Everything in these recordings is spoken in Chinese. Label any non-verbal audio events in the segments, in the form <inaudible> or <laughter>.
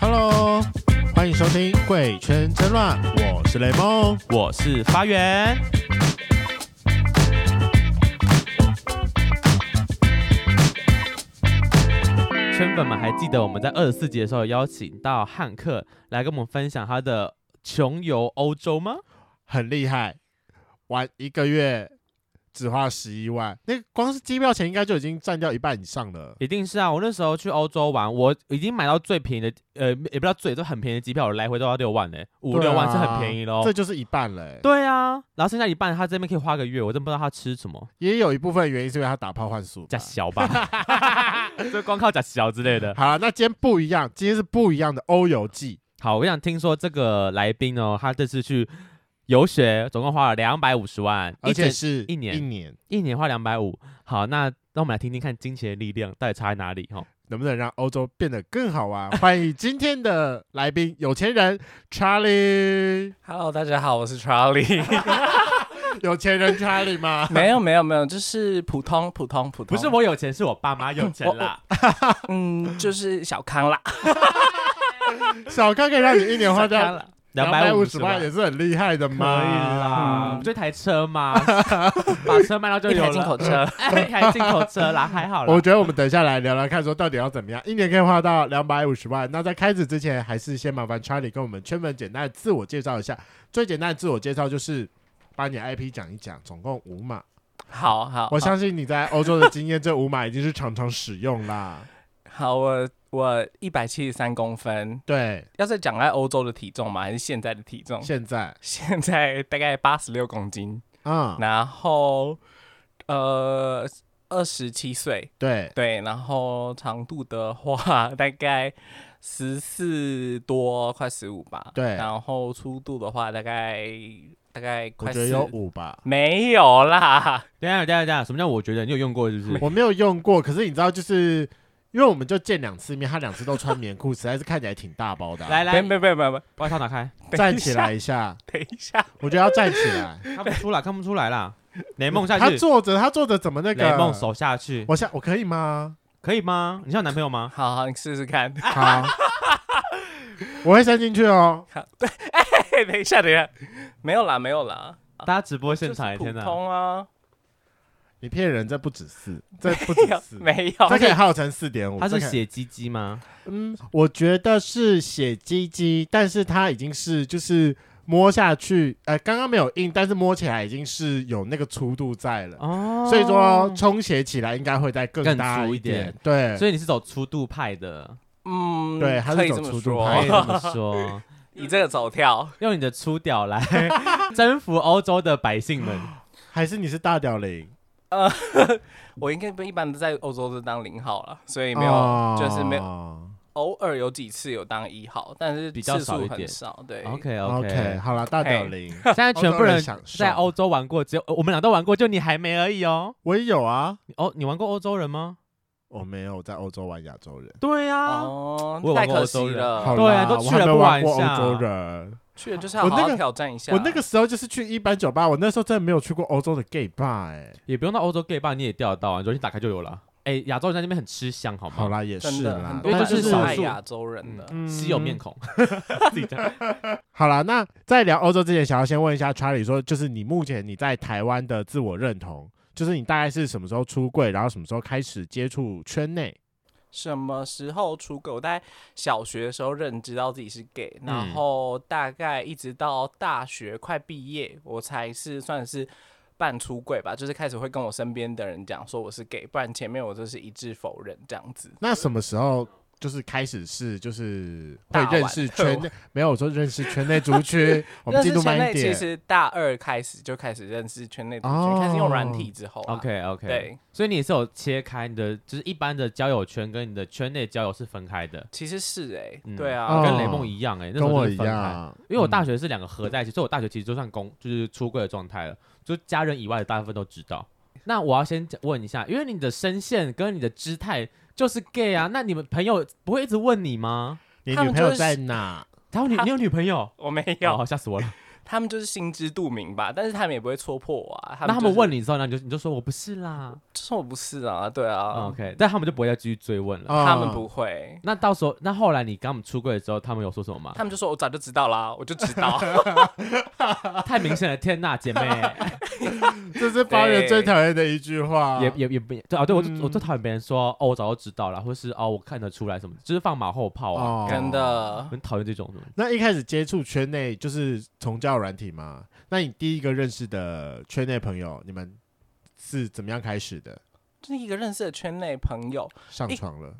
Hello，欢迎收听《贵圈真乱》，我是雷梦。我是发源。圈粉们还记得我们在二十四集的时候有邀请到汉克来跟我们分享他的穷游欧洲吗？很厉害，玩一个月只花十一万，那光是机票钱应该就已经占掉一半以上了。一定是啊！我那时候去欧洲玩，我已经买到最便宜的，呃，也不知道最，就很便宜的机票，我来回都要六万嘞、五对六啊万是很便宜喽这。就是一半了欸、对啊，然后剩下一半他这边可以花个月，我真不知道他吃什么，也有一部分原因是因为他打炮换宿吧。假小吧， <laughs> 就光靠假小之类的。好了，那今天不一样，今天是不一样的欧游记。好，我想听说这个来宾哦，他这次去游学，总共花了两百五十万，而一且整是一年一年，一年花两百五。好，那那我们来听听看金钱的力量到底差在哪里哈、哦。能不能让欧洲变得更好玩？欢迎今天的来宾，有钱人 Charlie， Hello，大家好，我是 Charlie。有钱人 Charlie 吗？ <laughs> 没有没有没有，就是普通普通普通，不是，我有钱，是我爸妈有钱啦。嗯，就是小康啦，小康可以让你一年花小掉康啦。两百五十万万也是很厉害的可以嘛。啦，嗯不就一台车嘛，把车卖到就一有台了。，进口车哎， <laughs> 一台进口车啦，还好我啦。觉得我们等一下来聊聊看，说到底要怎么样，一年可以花到两百五十万。那在开始之前，还是先麻烦 Charlie 跟我们圈粉简单的自我介绍一下。最简单的自我介绍就是把你的 IP 讲一讲，总共五码。好好，我好相信你在欧洲的经验，这五码已经是常常使用啦。 <laughs> 好，我我一百七十三公分，对，要再讲在欧洲的体重吗？还是现在的体重？现在现在大概八十六公斤，啊、嗯，然后呃二十七岁，对，对，然后长度的话大概十四多，快十五吧。对然后粗度的话大概大概我快觉得四有，五吧。没有啦， <laughs> 等一下，等一下，等一下，什么叫我觉得你有用过是不是？我没有用过，可是你知道，就是因为我们就见两次面，他两次都穿棉裤，实在是看起来挺大包的啊、来没来，没没没没，外套打开，站等一起下来，一下，等一下，我觉得要站起来。看不出来，看不出来啦。雷梦下他去，坐着，他坐着怎么那个？雷梦手下去，我下我可以吗？可以吗？你是有男朋友吗？好好你试试看。 <laughs> 好，我会伸进去哦。嘿，哎等一下，等一下，没有啦，没有啦，大家直播现场，哎就是欸天普哪！通啊，你骗人，这不止四，这不止四，没这有，可以号称四点五。他这是可以，写鸡鸡 <laughs> 吗？嗯，我觉得是写鸡鸡，但是它已经是就是摸下去，呃，刚刚没有硬，但是摸起来已经是有那个粗度在了，哦所以说充血起来应该会再更更大粗一一点点。对， <laughs> 所以你是走粗度派的，嗯，对他是可以走这么出租可派的以说， <laughs> 这么 <laughs> 说，以这个走跳，用你的粗屌来 <laughs> 征服欧洲的百姓 <laughs> 们。还是你是大屌零，我应该不一般都在欧洲是当零号了，所以没有，哦就是没有。有。偶尔有几次有当一号，但是比较次数少一很点少。对 OK OK， OK，好了，大屌嘿零。现在 <laughs> 全部人享受在欧洲玩过，只有呃我们俩都玩过，就你还没而已哦。我也有啊，你哦，你玩过欧洲人吗？我没有在欧洲玩亚洲人。对啊呀，哦我有，玩太过可欧洲惜人好了，对啊啦都我去还了没不玩玩过一下欧洲人。去了就是要我好那好个挑战一下。我那个时候就是去一般酒吧，我那时候真的没有去过欧洲的 gay bar 哎、也不用到欧洲 gay 吧，你也钓得到啊，你手机打开就有了。哎，亚洲人在那边很吃香，好嗯好吗？啦，也真是的啦很，多因为但就是人少爱数亚洲人的，嗯稀有 <laughs> 面孔， <laughs> 自己讲。好啦，那在聊欧洲之前，想要先问一下 Charlie 说，就是你目前你在台湾的自我认同，就是你大概是什么时候出柜，然后什么时候开始接触圈内？什么时候出轨？我在小学的时候认知到自己是 gay，嗯然后大概一直到大学快毕业，我才是算是半出轨吧，就是开始会跟我身边的人讲说我是 gay，不然前面我就是一致否认这样子。那什么时候？就是开始是就是会大玩认识圈内，没有我说认识圈内族群，我们认进识度慢圈一内其点。实大二开始就开始认识圈内族群，哦开始用软体之后啊、 OK OK，对，所以你也是有切开你的，就是一般的交友圈跟你的圈内交友是分开的。其实是哎、嗯对啊，哦跟雷梦一样哎、那时跟候我就是一分开，样，因为我嗯大学是两个合在一起，所以我大学其实就算公就是出柜的状态了，就家人以外的大部分都知道。那我要先讲问一下，因为你的声线跟你的姿态就是 gay 啊，那你们朋友不会一直问你吗？你他女们朋友就是在哪？他有女他你有女朋友？我没哦有，吓死我了！ <laughs> 他们就是心知肚明吧，但是他们也不会戳破我啊。那他们就是问你之后呢，你就你就说我不是啦、就说我不是啊，对哦嗯啊， ，OK，但他们就不会再继续追问了。哦他们不会，那到时候，那后来你跟他们出柜之后，他们有说什么吗？他们就说我早就知道啦，我就知道。 <laughs> 太明显了，天呐，姐妹，这是方圆对最讨厌的一句话。也也也不对啊，对我就我嗯最讨厌别人说哦，我早就知道了，或是哦，我看得出来什么，就是放马后炮啊，哦真。的，很讨厌这种东西。那一开始接触圈内就是从教软体嘛？那你第一个认识的圈内朋友，你们是怎么样开始的？就是一个认识的圈内朋友，上一床了？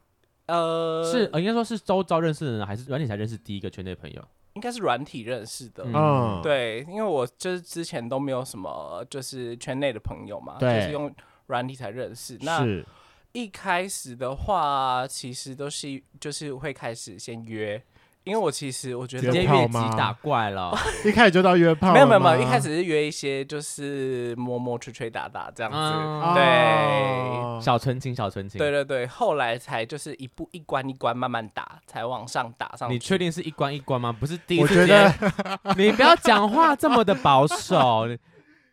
呃，是呃，应该说是周遭认识的人，还是软体才认识第一个圈内朋友？应该是软体认识的。嗯嗯，对，因为我就是之前都没有什么就是圈内的朋友嘛，就对是用软体才认识。那是一开始的话，其实都是就是会开始先约，因为我其实我觉约直得接炮越级吗打怪了，哦一开始就到约炮了吗？没有没有没有，一开始是约一些就是摸摸吹吹打打这样子。嗯对哦 <laughs> 小纯情，小纯情。对对对，后来才就是一步一关一关慢慢打，才往上打上去。你确定是一关一关吗？不是第一我次觉接。得 <laughs> 你不要讲话这么的保 <laughs> 守。你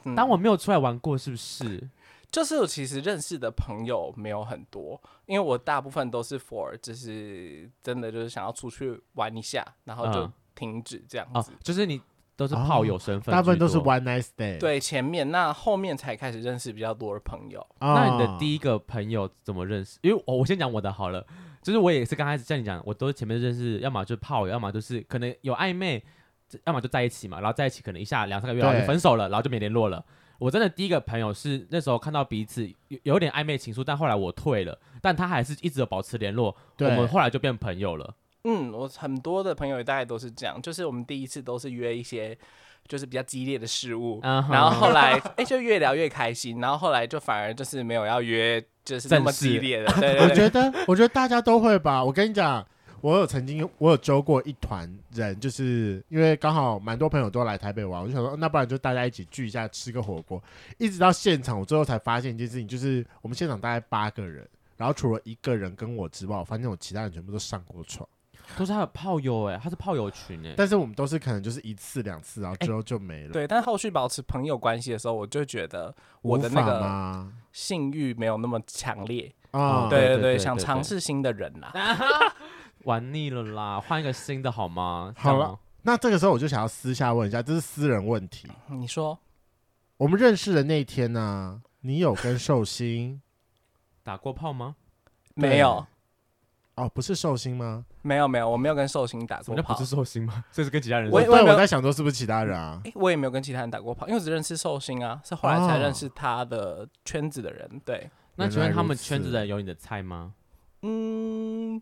嗯当我没有出来玩过，是不是？就是我其实认识的朋友没有很多，因为我大部分都是 for 就是真的就是想要出去玩一下，然后就嗯停止这样哦子。，就是你都是炮友身份居多，哦大部分都是 one night stay。，对，前面那后面才开始认识比较多的朋友。哦啊那你的第一个朋友怎么认识？因为我、我先讲我的好了，就是我也是刚开始像你讲，我都是前面认识，要么就是炮友，要么就是可能有暧昧，这要么就在一起嘛，然后在一起可能一下两三个月，对然后就分手了，然后就没联络了。我真的第一个朋友是那时候看到彼此有有点暧昧情愫，但后来我退了，但他还是一直有保持联络，我对们后来就变朋友了。嗯，我很多的朋友大概都是这样，就是我们第一次都是约一些就是比较激烈的事物，嗯哼然后后来哎、就越聊越开心，然后后来就反而就是没有要约就是那么正式激烈的，对我对对，觉得，我觉得大家都会吧。我跟你讲，我有曾经我有揪过一团人，就是因为刚好蛮多朋友都来台北玩，我就想说，哦那不然就大家一起聚一下，吃个火锅。一直到现场，我最后才发现一件事情，就是我们现场大概八个人，然后除了一个人跟我之外，我发现我其他人全部都上过床。都是他的炮友哎、他是炮友群哎、但是我们都是可能就是一次两次，然后之后就没了。嗯哎对，但后续保持朋友关系的时候，我就觉得我无的法那个吗？性欲没有那么强烈，啊、嗯对对对对对，想对尝试新的人啦。玩腻了啦，换一个新的好吗？好这了样吗，那这个时候我就想要私下问一下，这是私人问题。你说我们认识的那一天呢、你有跟寿星？打过炮吗？对没有？哦，不是寿星吗？没有没有，我没有跟寿星打过那不炮是。寿星吗？ <laughs> 这是跟其他人我我说也对没有我在想说是不是其他人啊？哎，我也没有跟其他人打过炮，因为我只认识寿星啊，是后来才认识哦他的圈子的人。对，那原请问来他如们圈子此的人有你的菜吗？嗯，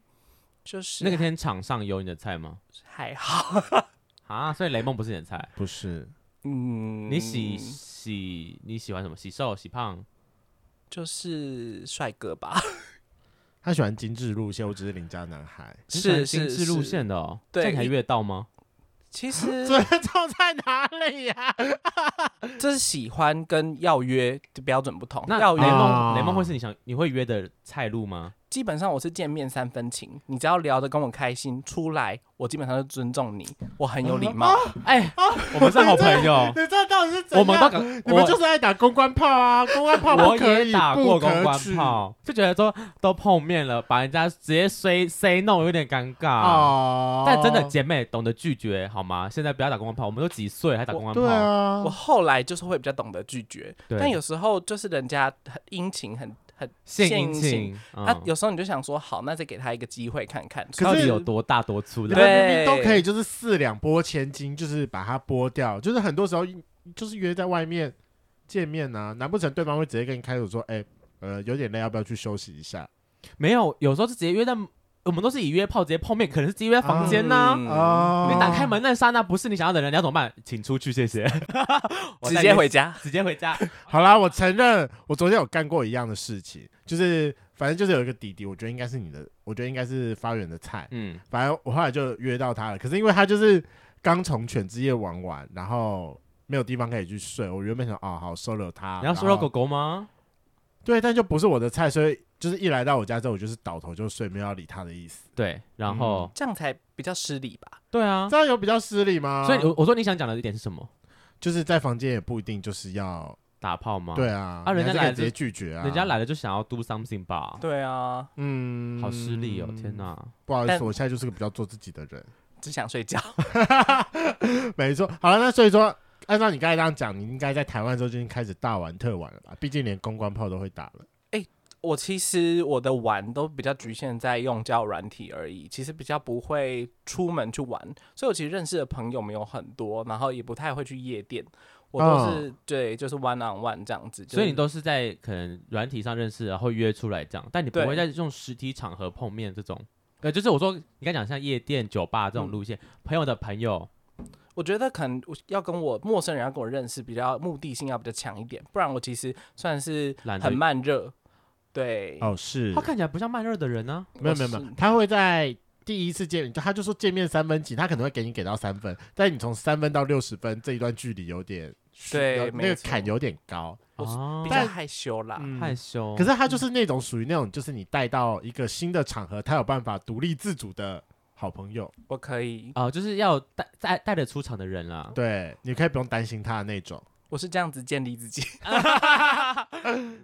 就是那个天场上有你的菜吗？还好，啊，所以雷梦不是你的菜。不是，<laughs> 嗯，你喜喜你喜欢什么？喜瘦、喜胖？就是帅哥吧？他喜欢精致路线，我只是邻家男孩。你喜欢是精是致路是线的哦。对这样才一约得到吗？其 <laughs> 嗯实尊重在哪里呀、这是喜欢跟要约的标准不同。那要雷约梦雷啊，梦会是你想你会约的菜路吗？基本上我是见面三分情，你只要聊得跟我开心，出来我基本上就尊重你，我很有礼貌。哎，我们是好朋友你这到底是怎哦 <laughs> 我们都样？敢，你们我就是爱打公关炮啊！公关炮我不可以，也打过不公可关取炮，就觉得说都碰面了，把人家直接 say say no 有点尴尬。哦。但真的姐妹懂得拒绝好吗？现在不要打公关炮，我们都几岁还打公关对炮？啊我，后来就是会比较懂得拒绝，嗯对但有时候就是人家很殷勤，很很献献殷殷勤勤，嗯啊，有时候你就想说好，那再给他一个机会看看。可到是底有多大多粗你的？们对明明都可以，就是四两拨千斤，就是把它拨掉。就是很多时候就是约在外面见面啊，难不成对方会直接跟你开口说：“哎、呃，有点累，要不要去休息一下没有，有时候是直接约在，我们都是以约炮直接碰面，可能是直接约在房间呐、嗯？”哦，你打开门那刹那不是你想要的人，你要怎么办？请出去，谢谢。我直带接你回家。 <laughs> 直接回家。好啦，我承认，我昨天有干过一样的事情，就是反正就是有一个弟弟，我觉得应该是你的，我觉得应该是发源的菜。嗯，反正我后来就约到他了，可是因为他就是刚从犬之夜玩完，然后没有地方可以去睡，我原本想哦好收留他，你要说到狗狗吗？对，但就不是我的菜，所以就是一来到我家之后，我就是倒头就睡，没有要理他的意思。对，然后、这样才比较失礼吧？嗯对啊，这样有比较失礼吗？所以我我说你想讲的一点是什么？就是在房间也不一定就是要打炮吗？对，啊，啊人家你还是可以来了直接拒绝啊，人家来了就想要 do something 吧，对啊，嗯，好失礼哦，天！哪！不好意但思，我现在就是个比较做自己的人。只想睡觉。 <laughs> 没错，好了，那所以说，按照你刚才这样讲，你应该在台湾的时候就已经开始大玩特玩了吧？毕竟连公关炮都会打了。我其实我的玩都比较局限在用交友软体而已，其实比较不会出门去玩，所以我其实认识的朋友没有很多，然后也不太会去夜店，我都哦是、对，就是 one on one 这样子。就是所以你都是在可能软体上认识，然后约出来这样，但你不对会在这种实体场合碰面这种。呃，就是我说，你刚讲像夜店、酒吧这种嗯路线，朋友的朋友，我觉得可能我要跟我陌生人要跟我认识，比较目的性要比较强一点，不然我其实算是懒得很慢热。对，哦，是他看起来不像慢热的人啊呢、没有没有没我有是，他会在第一次见面，就他就说见面三分起，他可能会给你给到三分，但你从三分到六十分这一段距离有点虚对有没那个错啊坎有点高。我是哦比较但害羞啦。嗯害羞。可是他就是那种属于那种，就是你带到一个新的场合，他有办法独立自主的好朋友，我可以，哦、就是要带带带得出场的人哦啦。对，你可以不用担心他的那种。我是这样子建立 <laughs> 自己。 <laughs>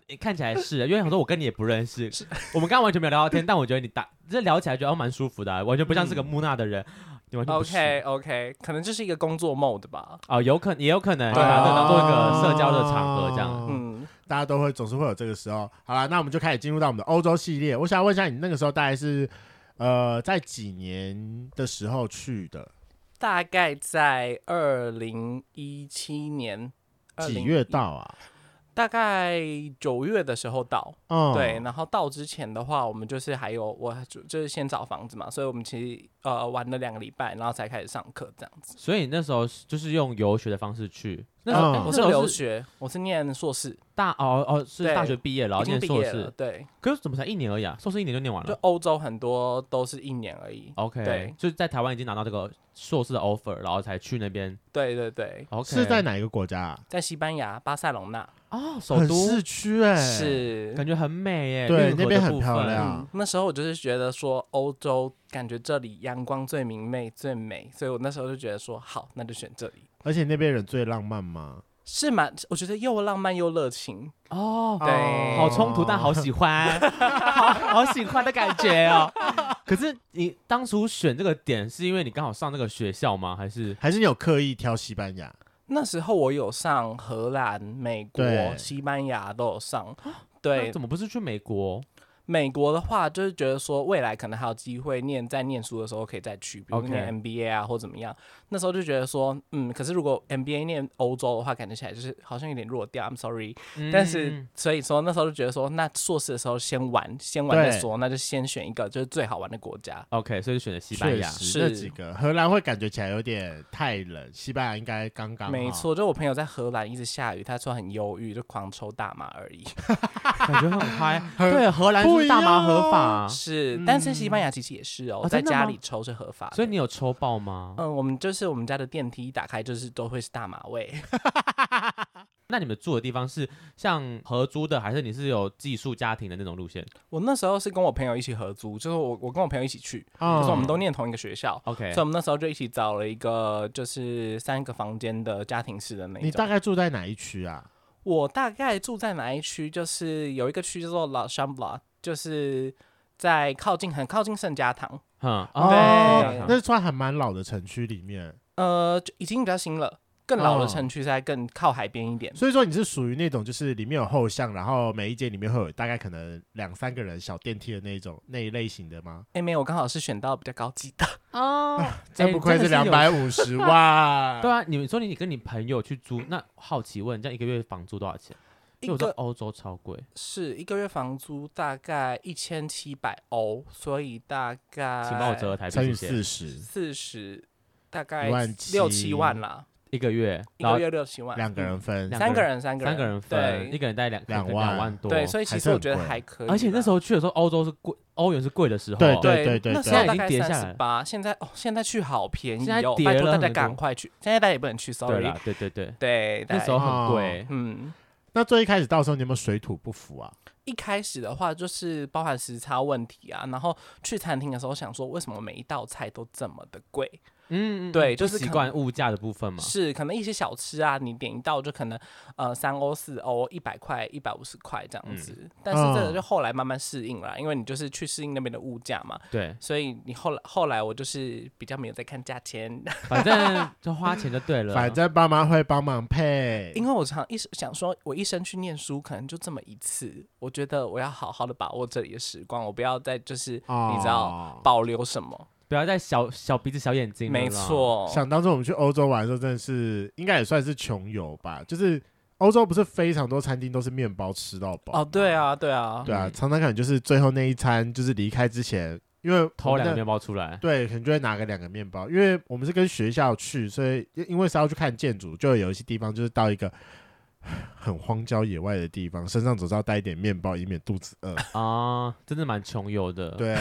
诶看起来是，啊因为很多我跟你也不认识，我们刚刚完全没有聊到天，但我觉得你打这聊起来觉得哦蛮舒服的啊、完全不像是个木讷的人，你完全不是。嗯 OK OK，可能就是一个工作 mode 吧。哦，有可也有可能对把啊这当做一啊个社交的场合这哦样。嗯，大家都会总是会有这个时候。好了，那我们就开始进入到我们的欧洲系列。我想问一下，你那个时候大概是呃在几年的时候去的？大概在二零一七年几月？ 2011到啊？大概九月的时候到。嗯，对，，然后到之前的话，我们就是还有我就就是先找房子嘛，所以我们其实呃玩了两个礼拜，然后才开始上课这样子。所以那时候是就是用游学的方式去。那时嗯候、诶哎我那是时候留是学，我是念硕士，大哦哦是对大学毕业了，然已后念经毕硕业了。士，对，可是怎么才一年而已啊？硕士一年就念完就了。欧洲很多都是一年而已。 OK，对就是在台湾已经拿到这个硕士的 offer，然后才去那边。对对对， OK，是在哪一个国家、啊？在西班牙巴塞隆那哦首很都市，区哎、是感觉很美耶。对运河的那边很部分漂亮嗯，那时候我就是觉得说，欧洲感觉这里阳光最明媚、最美，所以我那时候就觉得说，好，那就选这里。而且那边人最浪漫吗？是蛮，我觉得又浪漫又热情，哦。对哦好冲突，但好喜 <laughs> 欢，好好喜欢的感觉哦。可是你当初选这个点，是因为你刚好上这个学校吗？还是还是你有刻意挑西班牙？那时候我有上荷兰、美国、对西班牙都有上。那对啊怎么不是去美国？美国的话，就是觉得说未来可能还有机会念，在念书的时候可以再去，比如 OK 念 MBA 啊或怎么样。那时候就觉得说，嗯，可是如果 MBA 念欧洲的话，感觉起来就是好像有点弱掉。I'm sorry，但是嗯所以说那时候就觉得说，那硕士的时候先玩，先玩对再说，那就先选一个就是最好玩的国家。 OK，所以就选了西班牙确。实是那几个荷兰会感觉起来有点太冷，西班牙应该刚刚好没。错，就我朋友在荷兰一直下雨，他说很忧郁，就狂抽大麻而已。感觉很嗨。很对，荷兰是不是大麻合法，是嗯，但是西班牙其实也是哦，啊哦在真的家吗里抽是合法的。所以你有抽爆吗？嗯，我们就是我们家的电梯一打开就是都会是大麻味。那你们住的地方是像合租的，还是你是有寄宿家庭的那种路线我那时候是跟我朋友一起合租，就是我我跟我朋友一起去，嗯就是我们都念同一个学校， ？OK，所以我们那时候就一起找了一个就是三个房间的家庭式的那一你种大。概住在哪一区啊？我大概住在哪一区？就是有一个区叫做 La Shambla，就是在靠近很靠近圣家堂，嗯，对哦那算还蛮老的城区里面。呃，就已经比较新了。更老的哦城区在更靠海边一点，所以说你是属于那种就是里面有后巷，然后每一间里面会有大概可能两三个人小电梯的那一种那一类型的吗？哎、没有，我刚好是选到比较高级的。哦，哎真不愧是两百五十 <laughs> 万。对啊，你们说你跟你朋友去租，那好奇问，这样一个月房租多少钱？一因为我知道个欧洲超贵，是一个月房租大概一千七百欧，所以大概请帮我折合台币乘以谢谢四十，呃四十，大一概万六七七万啦，一个月，一然后个月六七万，两个人分两三个人，三个人，三个人分，一对个人带两两可能万两万多，对，所以还其是实我很觉得贵还可以啦。而且那时候去的时候，欧洲是贵，欧元是贵的时候，对对对那时候对大已经概跌下三来了十八，现在哦，现在去好便宜现在哦，跌拜了托大家很多赶快去，现在大家也不能去对，sorry 啦。，对对对，对，大那家时候很贵，嗯。那最一开始到的时候，你有没有水土不服啊？一开始的话就是包含时差问题啊，然后去餐厅的时候想说，为什么每一道菜都这么的贵？嗯，嗯对嗯就不是习可惯物价的部分嘛。是，可能一些小吃啊，你点一道就可能呃三欧四欧一百块一百五十块这样嗯子，但是这个嗯就后来慢慢适应了，因为你就是去适应那边的物价嘛，对，所以你后来后来我就是比较没有在看价钱，反正就花钱就对了。反正爸妈会帮忙配，因为我常一直想说，我一生去念书可能就这么一次，我觉得我要好好的把握这里的时光，我不要再就是你知道哦保留什么，不要再小小鼻子小眼睛了啦。没错，想当初我们去欧洲玩的时候，真的是应该也算是穷游吧，就是欧洲不是非常多餐厅都是面包吃到饱哦，对吗，啊，对啊，对啊，嗯常常可能就是最后那一餐就是离开之前，因为偷我们两那个面包 <laughs> 出来。对，可能就会拿个两个面包，因为我们是跟学校去，所以因因为是要去看建筑，就有一些地方就是到一个很荒郊野外的地方，身上总是要带一点面包，以免肚子饿。啊，真的蛮穷游的。，对，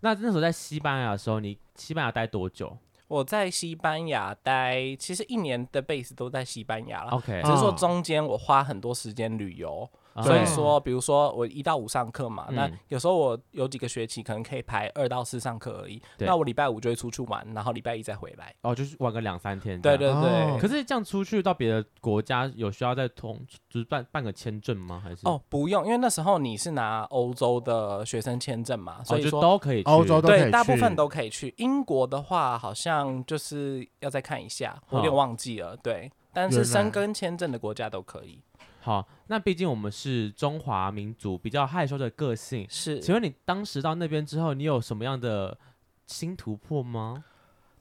那那时候在西班牙的时候，你西班牙待多久我在西班牙待，其实一年的 base 都在西班牙了。 ？OK，啊只是说中间我花很多时间旅游，嗯啊所以说，比如说我一到五上课嘛，嗯那有时候我有几个学期可能可以排二到四上课而已，对那我礼拜五就会出去玩，然后礼拜一再回来。哦，就是玩个两三天。对。对哦对，可是这样出去到别的国家，有需要再通，就是办办个签证吗？还是哦，不用，因为那时候你是拿欧洲的学生签证嘛，所哦，以就说、都可以去。欧洲都可以对大部去分都可以去。英国的话，好像就是要再看一下，我有点哦忘记了。对，但原是来申根签证的国家都可以。好，那毕竟我们是中华民族，比较害羞的个性。是，请问你当时到那边之后，你有什么样的新突破吗？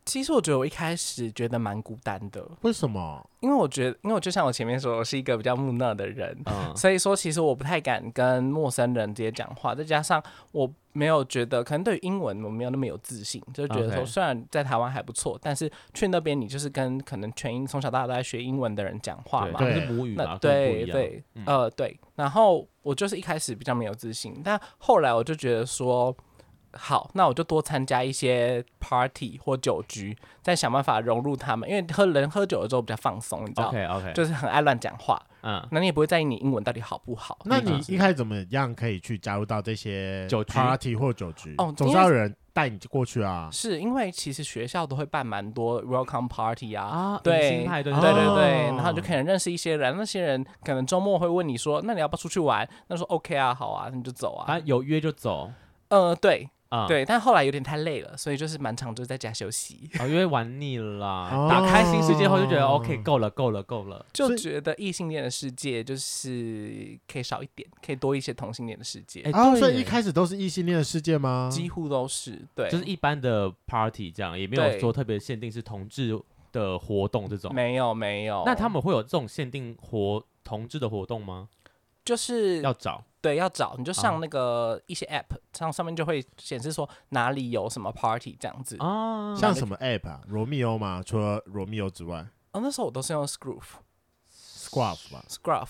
其实我觉得我一开始觉得蛮孤单的，为什么？因为我觉得，因为我就像我前面说，我是一个比较木讷的人，嗯，所以说其实我不太敢跟陌生人直接讲话，再加上我没有觉得，可能对于英文我没有那么有自信，就觉得 OK 说虽然在台湾还不错，但是去那边你就是跟可能全英从小到大都在学英文的人讲话对，嘛他，们对是母语那嘛，更不对一样对，嗯呃对，然后我就是一开始比较没有自信，但后来我就觉得说，好，那我就多参加一些 party 或酒局，再想办法融入他们，因为喝人喝酒了之后比较放松，你知道。 OK OK，就是很爱乱讲话，嗯，那你也不会在意你英文到底好不好。那你就是一开始怎么样可以去加入到这些酒局 party 或酒局？哦总是要有人带你过去啊。是因为其实学校都会办蛮多 welcome party 啊，啊，对迎新派对哦对对对，哦然后你就可能认识一些人，那些人可能周末会问你说，那你要不要出去玩？那说 OK 啊，好啊，那你就走啊。反正有约就走呃，对啊，，对，但后来有点太累了，所以就是蛮常就在家休息，哦，因为玩腻了啦哦，打开新世界后就觉得 OK，够了够了够了，所就以觉得异性恋的世界就是可以少一点，可以多一些同性恋的世界，哎啊，对所以耶一开始都是异性恋的世界吗？几乎都是对，就是一般的 party 这样，也没有对说特别限定是同志的活动这种。没有没有。那他们会有这种限定活同志的活动吗？就是要找对，要找你就啊上那个一些 app，上上面就会显示说哪里有什么 party 这样子。哦，啊，像什么 app 啊？罗密欧吗？除了罗密欧之外哦那时候我都是用 Scruff，Scruff，sorry，Scruff。 ，Squaff 吧。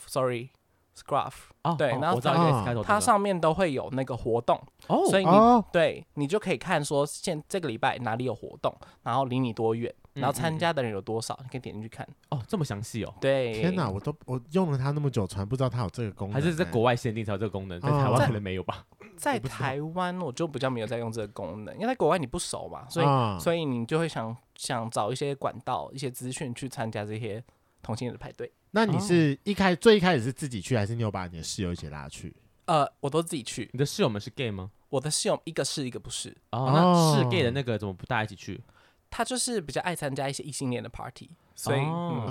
Scruff，哦对哦然后我知道它 S 开头的，它上面都会有那个活动，哦，所以你、哦，对你就可以看说现这个礼拜哪里有活动，然后离你多远，然后嗯嗯参加的人有多少，你可以点进去看。哦这么详细哦，对，天哪，！我都我用了它那么久，从来不知道它有这个功能欸。还是在国外限定才有这个功能，在哦台湾在可能没有吧？在不知道台湾我就比较没有在用这个功能，因为在国外你不熟嘛，所以、啊所以你就会想想找一些管道、一些资讯去参加这些同性恋的派对。那你哦是一开最一开始是自己去，还是你有把你的室友一起拉去？呃，我都自己去。你的室友们是 gay 吗？我的室友一个是一个不是，哦，那是哦 gay 的那个怎么不大家一起去？他就是比较爱参加一些异性恋的 party，所以、哦哦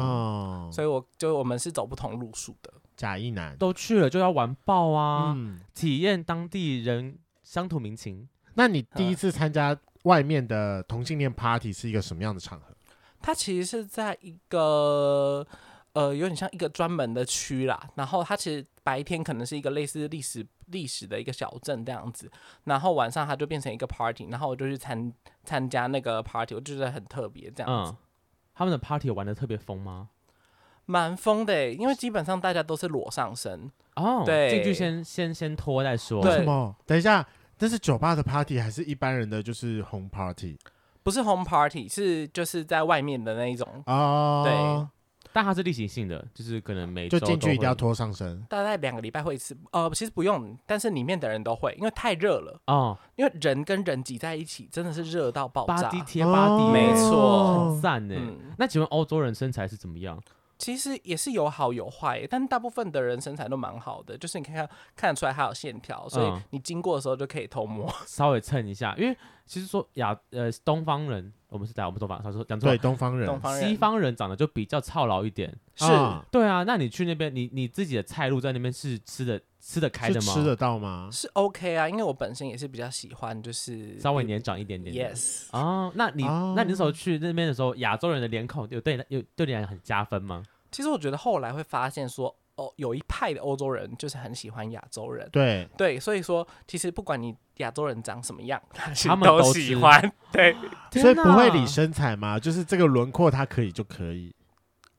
嗯、，所以我就我们是走不同路数的。假一男。都去了就要玩爆啊，嗯，体验当地人乡土民情。那你呃第一次参加外面的同性恋 party 是一个什么样的场合？他其实是在一个呃有点像一个专门的区啦，然后他其实白天可能是一个类似历史历史的一个小镇这样子，然后晚上他就变成一个 party，然后我就去参参加那个 party，我就觉得很特别这样子嗯，，他们的 party 有玩的特别疯吗？蛮疯的欸、因为基本上大家都是裸上身，哦，对进去先先先脱再说。为对什么？等一下，这是酒吧的 party 还是一般人的就是红 party 不是 home party，是就是在外面的那一种。哦？对，但它是例行性的，就是可能每就周进都去一定要会脱上身。大概两个礼拜会一次，呃，其实不用，但是里面的人都会，因为太热了，哦，因为人跟人挤在一起，真的是热到爆巴炸。迪贴巴哦迪，没错很赞呢。嗯，那请问欧洲人身材是怎么样？其实也是有好有坏，但大部分的人身材都蛮好的，就是你看看看得出来他有线条，所嗯以你经过的时候就可以偷摸。稍微蹭一下，因为其实说亚呃东方人，我们是讲我们东方，他说讲错对，了，东方人，东方人西方人长得就比较操劳一点。是、啊对啊，那你去那边，你你自己的菜路在那边是吃的吃得开是的吗？吃得到吗？是 OK 啊，因为我本身也是比较喜欢，就是稍微年长一点点的。 Yes，哦，那你、哦那你那时候去那边的时候，亚洲人的脸孔有对你有对你来讲很加分吗？其实我觉得后来会发现说，哦，有一派的欧洲人就是很喜欢亚洲人，对，对，所以说其实不管你亚洲人长什么样，他他们都喜吃欢。对，所以天不哪会理身材吗？就是这个轮廓，它可以就可以。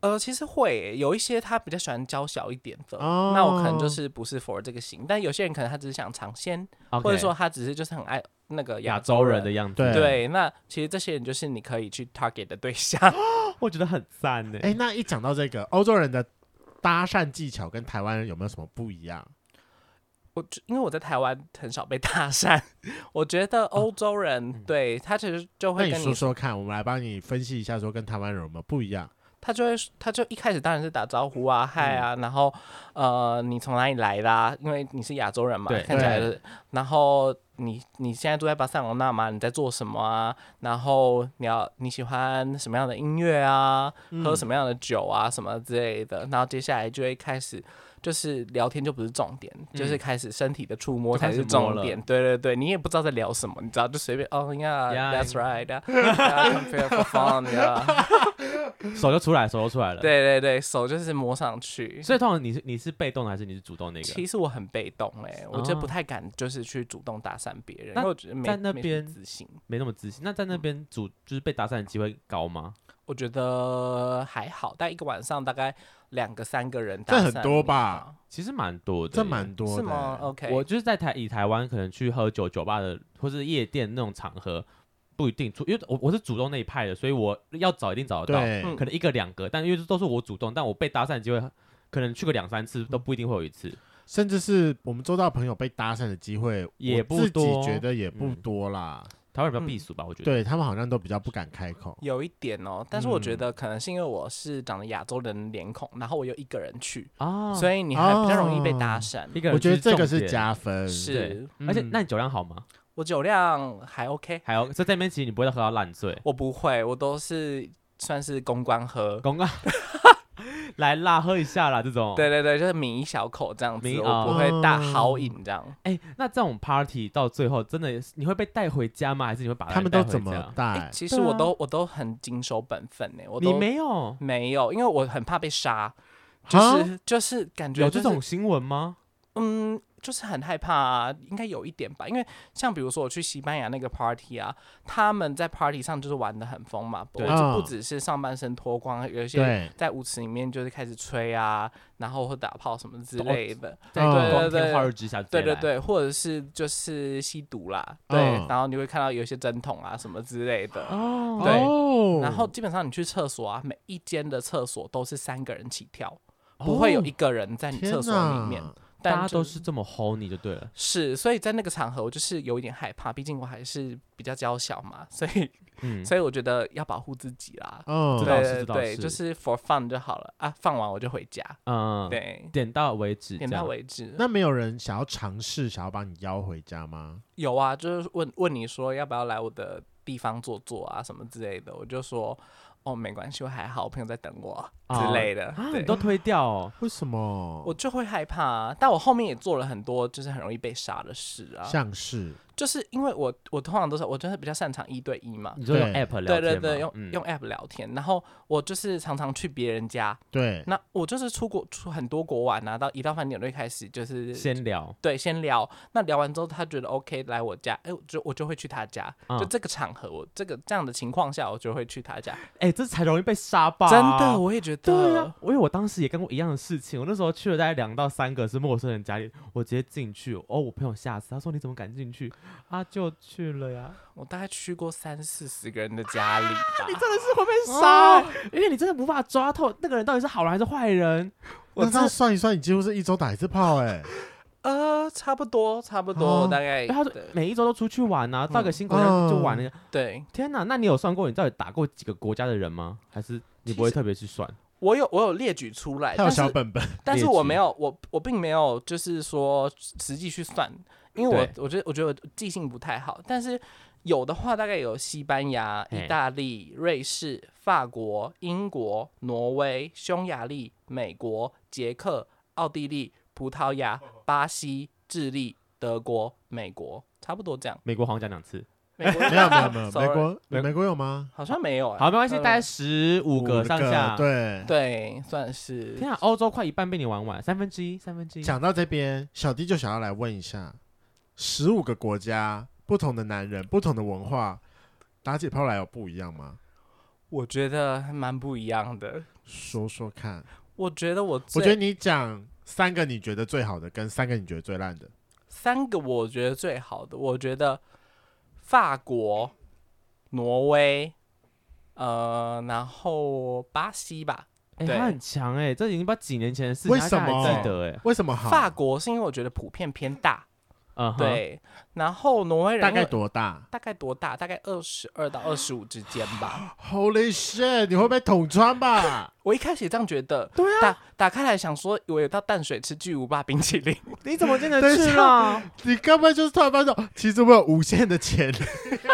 呃，其实会耶、有一些他比较喜欢娇小一点的，哦那我可能就是不是 for 这个型，但有些人可能他只是想尝鲜 OK，或者说他只是就是很爱那个亚洲洲人的。样子，对对，那其实这些人就是你可以去 target 的对象。我觉得很赞呢。哎、那一讲到这个，欧洲人的搭讪技巧跟台湾人有没有什么不一样？我觉因为我在台湾很少被 <laughs> 搭讪，我觉得欧洲人、对他其实就那会你跟说你，说看，我们来帮你分析一下，说跟台湾人有没有不一样？他就会他就一开始当然是打招呼啊、嗨啊，嗯然后呃你从哪里来啦、因为你是亚洲人嘛对，看起来、对就是，然后你你现在住在巴塞罗那吗？你在做什么啊？然后你要你喜欢什么样的音乐啊？嗯喝什么样的酒啊，什么之类的，然后接下来就会开始，就是聊天就不是重点，就是开始身体的触嗯摸就开才始是重摸点了。对对对，你也不知道在聊什么，你知道就随便哦 Yeah, yeah，that's right，yeah，come here for fun，yeah，手就出来，手就出来了。，对对对，手就是摸上去。所以通常你是你是被动的还是你是主动那个？其实我很被动哎、我就哦不太敢就是去主动搭讪别人，那因为我觉得没在那没什么边自信，没那么自信。那在那边主就是被搭讪的机会高吗？我觉得还好，但一个晚上大概两个三个人搭这讪你很吧，多吧其实蛮多的耶，这蛮多的、欸是吗？OK，哦我就是在台以台湾可能去喝酒酒吧的或是夜店那种场合，不一定主，因为我我是主动那一派的，所以我要找一定找得到，对，嗯可能一个两个，但因为都是我主动，但我被搭讪的机会可能去个两三次都不一定会有一次。甚至是我们周到朋友被搭讪的机会也我不自己多觉得也不嗯多啦。台湾人比较嗯避暑吧，我觉得。对他们好像都比较不敢开口。有一点嗯哦，但是我觉得可能是因为我是长得亚洲人脸孔，然后我又一个人去，啊，所以你还比较容易被搭讪。一个人我觉得是这个重是点，啊加分，是哦对而且嗯那你酒量好吗？我酒量还 OK，还有在这边其实你不会喝到烂醉，我不会，我都是算是公关喝。公啊， <laughs> 来啦，喝一下啦，这种。对对对，就是抿一小口这样子，抿我不会大豪饮这样。哎、那这种 party 到最后真的是你会被带回家吗？还是你会把他们带都回怎么家？哎、带？其实对啊我都我都很谨守本分呢、我你都没有没有，因为我很怕被杀，就啊是就是感觉、有就这是、种新闻吗？嗯，就是很害怕、啊，应该有一点吧。因为像比如说我去西班牙那个 party 啊，他们在 party 上就是玩的很疯嘛，不对就嗯不只是上半身脱光，啊有一些对，在舞池里面就是开始吹啊，然后或打炮什么之都类的。在嗯光对对天对化日之下，对对，对，或者是就是吸毒啦，对，嗯然后你会看到有一些针筒啊什么之类的。哦，对哦然后基本上你去厕所啊，每一间的厕所都是三个人起跳，不会有一个人在你天厕所里面哪。但哦大家就都是这么 horny 就对了。是，所以在那个场合，我就是有一点害怕，毕竟我还是比较娇小嘛，所以嗯，所以我觉得要保护自己啦。嗯知道对是对知道对，是就是 for fun 就好了啊，放完我就回家。嗯，，对，点到为止，点这到样。为止。那没有人想要尝试，想要把你邀回家吗？有啊，就是问问你说要不要来我的地方坐坐啊什么之类的，我就说哦没关系，我还好，我朋友在等我啊之类的。啊，对你都推掉哦。为什么？我就会害怕、啊，但我后面也做了很多就是很容易被杀的事啊，像是就是因为我我通常都是我真的比较擅长一对一嘛，你就用对 app 嗯聊天对对嘛对，用、嗯用 app 聊天，然后我就是常常去别人家，对，那我就是出国出很多国玩啊，到一到饭店我就开始就是先聊，对先聊，那聊完之后他觉得 OK 来我家，哎、我就我就会去他家，嗯就这个场合我这个这样的情况下我就会去他家，哎，这才容易被杀吧？真的我也觉得，啊对啊，我因为我当时也干过一样的事情，我那时候去了大概两到三个是陌生人家里，我直接进去，哦，我朋友吓死，他说你怎么敢进去？阿舅去了呀，我大概去过三四十个人的家里吧。啊真的是会被哦杀因为你真的无法抓透那个人到底是好人还是坏人。我那这样这算一算，你几乎是一周打一次炮哎、呃，差不多，差不哦多，大概因为他说对每一周都出去玩啊，到个新国家嗯就玩那个。对。天哪，那你有算过你到底打过几个国家的人吗？还是你不会特别去 <laughs> 算？我有我有列举出来，他有哎但是小 <laughs> 本本，但是列我举没有，我我并没有，就是说实际去算，因为对我我觉得我觉得我记性不太好，但是有的话大概有西班牙、嘿意大利、瑞士、法国、英国、挪威、匈牙利、美国、捷克、奥地利、葡萄牙、巴西、智利、德国、美国，差不多这样。美国好像讲两次，美国没有没有没有，美 <laughs> Sorry，国没美国有吗？好像没有、欸，好，没关系，呃大概十五个上下。，对。对，算是天啊，欧洲快一半被你玩完，三分之一，三分之一。讲到这边，小弟就想要来问一下，十五个国家，不同的男人，不同的文化，打起炮来有不一样吗？我觉得还蛮不一样的。说说看。我觉得我我最觉得你讲三个你觉得最好的，跟三个你觉得最烂的。三个我觉得最好的，我觉得法国、挪威，呃，然后巴西吧。哎、对他很强哎、这已经不知道几年前的事情，为他现在什么还记得哎、为什么好？法国是因为我觉得普遍偏大，嗯哼，对。然后挪威人大概因为多大大概多大？大概二十二到二十五之间吧。 ？Holy shit！你会被捅穿吧？ <laughs> 我一开始也这样觉得，对啊，打打开来想说，我有到淡水吃巨无霸冰淇淋。 <laughs> 你怎么进得等一去下啦？ <laughs> 你根本就是突然发现，其实我有无限的潜力，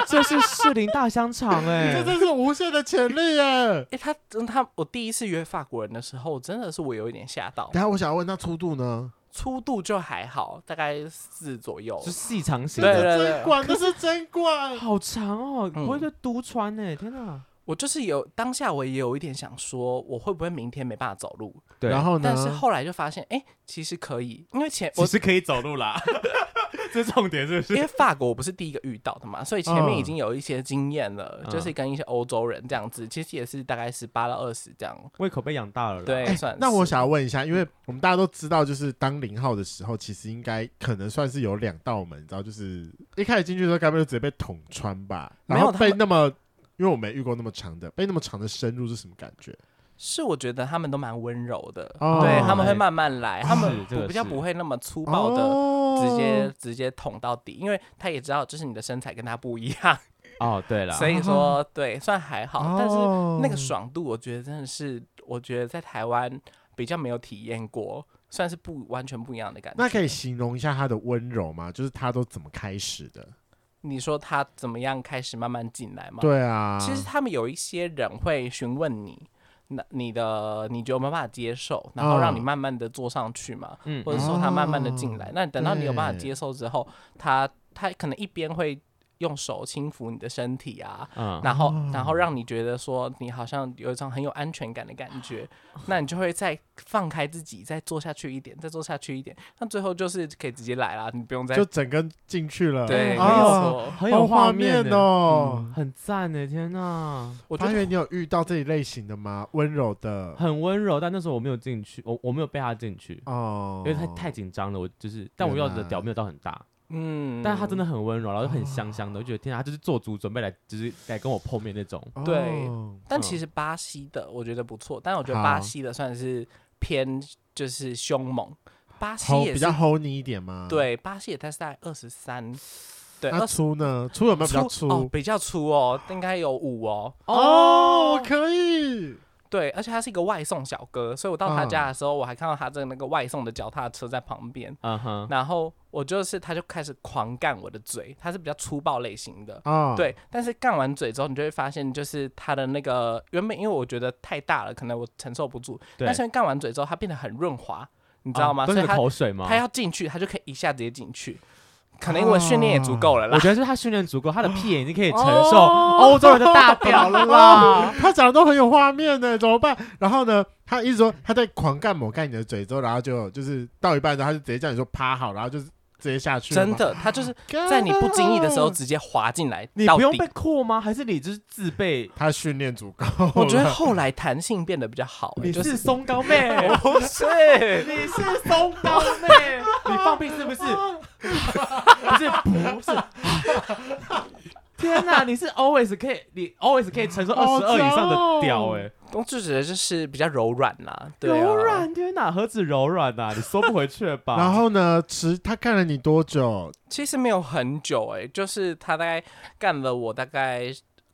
这是士林大香肠哎、 <laughs> 这真是无限的潜力耶！哎、他真他，我第一次约法国人的时候，真的是我有一点吓到等。一下我想要问，那粗度呢？粗度就还好，大概四左右。是细长型对的，对对针管那是针管，好长哦，嗯不会就独穿哎、天哪！我就是有当下我也有一点想说，我会不会明天没办法走路？对 <laughs> 然哦后呢？但是后来就发现，哎、其实可以，因为前我是可以走路啦， <laughs> 这是重点是不因？为法国我不是第一个遇到的嘛，所以前嗯面已经有一些经验了，嗯就是跟一些欧洲人这样子，其实也是大概十八到二十这样，胃口被养大了啦，对，哎算是。那我想要问一下，因为我们大家都知道，就是当零号的时候，其实应该可能算是有两道门，你知道，就是一开始进去的时候，该不会就直接被捅穿吧？没然有后他被们那么，因为我没遇过那么长的，被那么长的深入是什么感觉？是我觉得他们都蛮温柔的，哦对他们会慢慢来，他们是这个比较是不会那么粗暴的。哦直接直接捅到底，因为他也知道，就是你的身材跟他不一样，哦对了，所以说对，算还好，但是哦那个爽度，我觉得真的是，我觉得在台湾比较没有体验过，算是不完全不一样的感觉。那可以形容一下他的温柔吗？就是他都怎么开始的？你说他怎么样开始慢慢进来吗？、对啊，其实他们有一些人会询问你，那你的你觉得有没有办法接受，然后让你嗯慢慢的坐上去嘛，嗯或者说他慢慢的进来。哦那等到你有办法对接受之后，他他可能一边会用手轻抚你的身体啊，嗯，然后哦然后让你觉得说你好像有一种很有安全感的感觉，哦那你就会再放开自己，再做下去一点，再做下去一点，那最后就是可以直接来啦，你不用再就整根进去了，对，没哦，错，很好有画面欸，哦。嗯很赞呢，天哪！我觉发得源，你有遇到这一类型的吗？温柔的很温柔，但那时候我没有进去，我我没有被他进去，哦因，为他太紧张了，我就是，但我要的屌没有到很大，嗯但是他真的很温柔，然后就很香香的，我觉得天啊，他就是做足准备来，就是来跟我碰面那种。对哦但嗯其实巴西的我觉得不错，但我觉得好巴西的算是偏就是凶猛，巴西吼也比是较吼你一点吗？，对，巴西也才是大概二十三，对，那二十粗呢？粗有没有比较粗？哦，比较粗哦，应该有五哦，哦，我可以。对，而且他是一个外送小哥，所以我到他嗯家的时候，我还看到他这个那个外送的脚踏车在旁边，嗯哼，然后我就是他就开始狂干我的嘴，他是比较粗暴类型的。啊，，嗯对，但是干完嘴之后，你就会发现，就是他的那个原本因为我觉得太大了，可能我承受不住，对但是干完嘴之后，它变得很润滑，你知道吗？啊都是所以你他的口水吗？他要进去，他就可以一下直接进去，可能因为训练也足够了啊啦我。觉得是他训练足够，他的屁眼已经可以承受哦欧洲人的大屌了 <laughs> 啦。哦他讲的都很有画面呢，怎么办？然后呢，他一直说他在狂干猛干你的嘴之后，然后就就是到一半的时候，然后他就直接叫你说趴好，然后就是直接下去。真，的，他就是在你不经意的时候，直接滑进来，你到不用底被扩吗？还是你就是自备？他训练足够。 <laughs> 我觉得后来弹性变得比较好、欸，你就是是松糕妹， <laughs> 不是你是松糕妹，你放屁是不是？不是不是。天哪，你是 always 可以，你 always 可以承受好二十二以糟上的屌哎、我就指的就是比较柔软啦，对、啊，柔软，天哪，何止柔软啊呐、你缩不回去了 <laughs> 吧？然后呢，持他看了你多久？其实没有很久哎、就是他大概干了我大概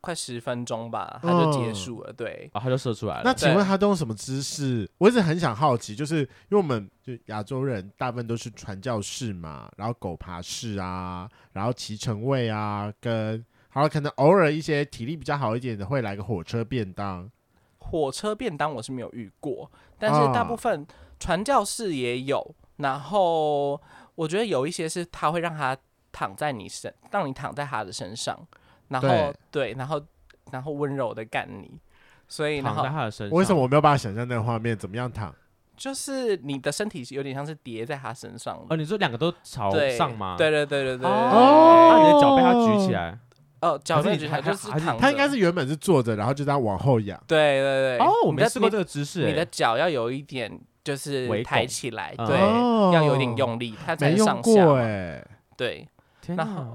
快十分钟吧，嗯他就结束了。对，啊，他就射出来了。那请问他都用什么姿势？我一直很想好奇，就是因为我们就亚洲人大部分都是传教士嘛，然后狗爬式啊，然后骑乘位啊，跟好了，可能偶尔一些体力比较好一点的会来个火车便当。火车便当我是没有遇过，但是大部分传教士也有。然后我觉得有一些是他会让他躺在你身，让你躺在他的身上，然后对，然后然后温柔的干你，所以然躺后在他的身上，为什么我没有办法想象那个画面？怎么样躺？就是你的身体是有点像是叠在他身上哦，的，你说两个都朝对上吗？对对对对对，哦，对那你的脚被他举起来。哦，脚还是内你举还还就是还是躺着，他应该是原本是坐着，然后就这样往后仰。对对对。哦，我你没的试过你这个姿势、你的欸。脚要有一点就是微抬拱起来，嗯对，哦要有点用力，它才没能用上下过嘛。哎、对，天然后哪！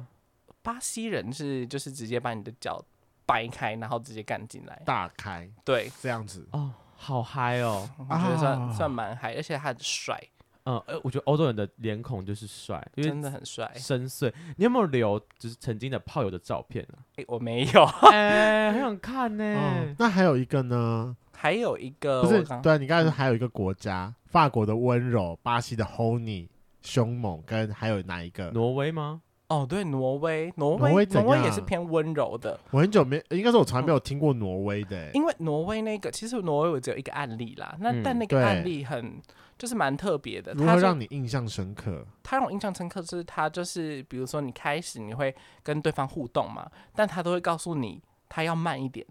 巴西人是就是直接把你的脚掰开，然后直接干进来。大开对，这样子。哦，好嗨哦。我觉得算、啊算蛮嗨，而且他很帅，嗯，呃，我觉得欧洲人的脸孔就是帅，因真为的很帅。深邃。你有没有留就是曾经的炮友的照片啊？诶我没有， <laughs> 哎、 <laughs> 很想看呢、哦，那还有一个呢？还有一个不是我，嗯刚对啊，你刚才说还有一个国家，法国的温柔，巴西的 Honey，凶猛，跟还有哪一个？挪威吗？哦，对，挪威，挪挪威，挪威威怎也样是偏温柔的，我很久没，应该是我从来嗯没有听过挪威的、欸。因为挪威那个其实挪威我只有一个案例啦，那、嗯但那对个案例很就是蛮特别的，如他何就让你印象深刻？他让我印象深刻是，他就是比如说你开始你会跟对方互动嘛，但他都会告诉你他要慢一点，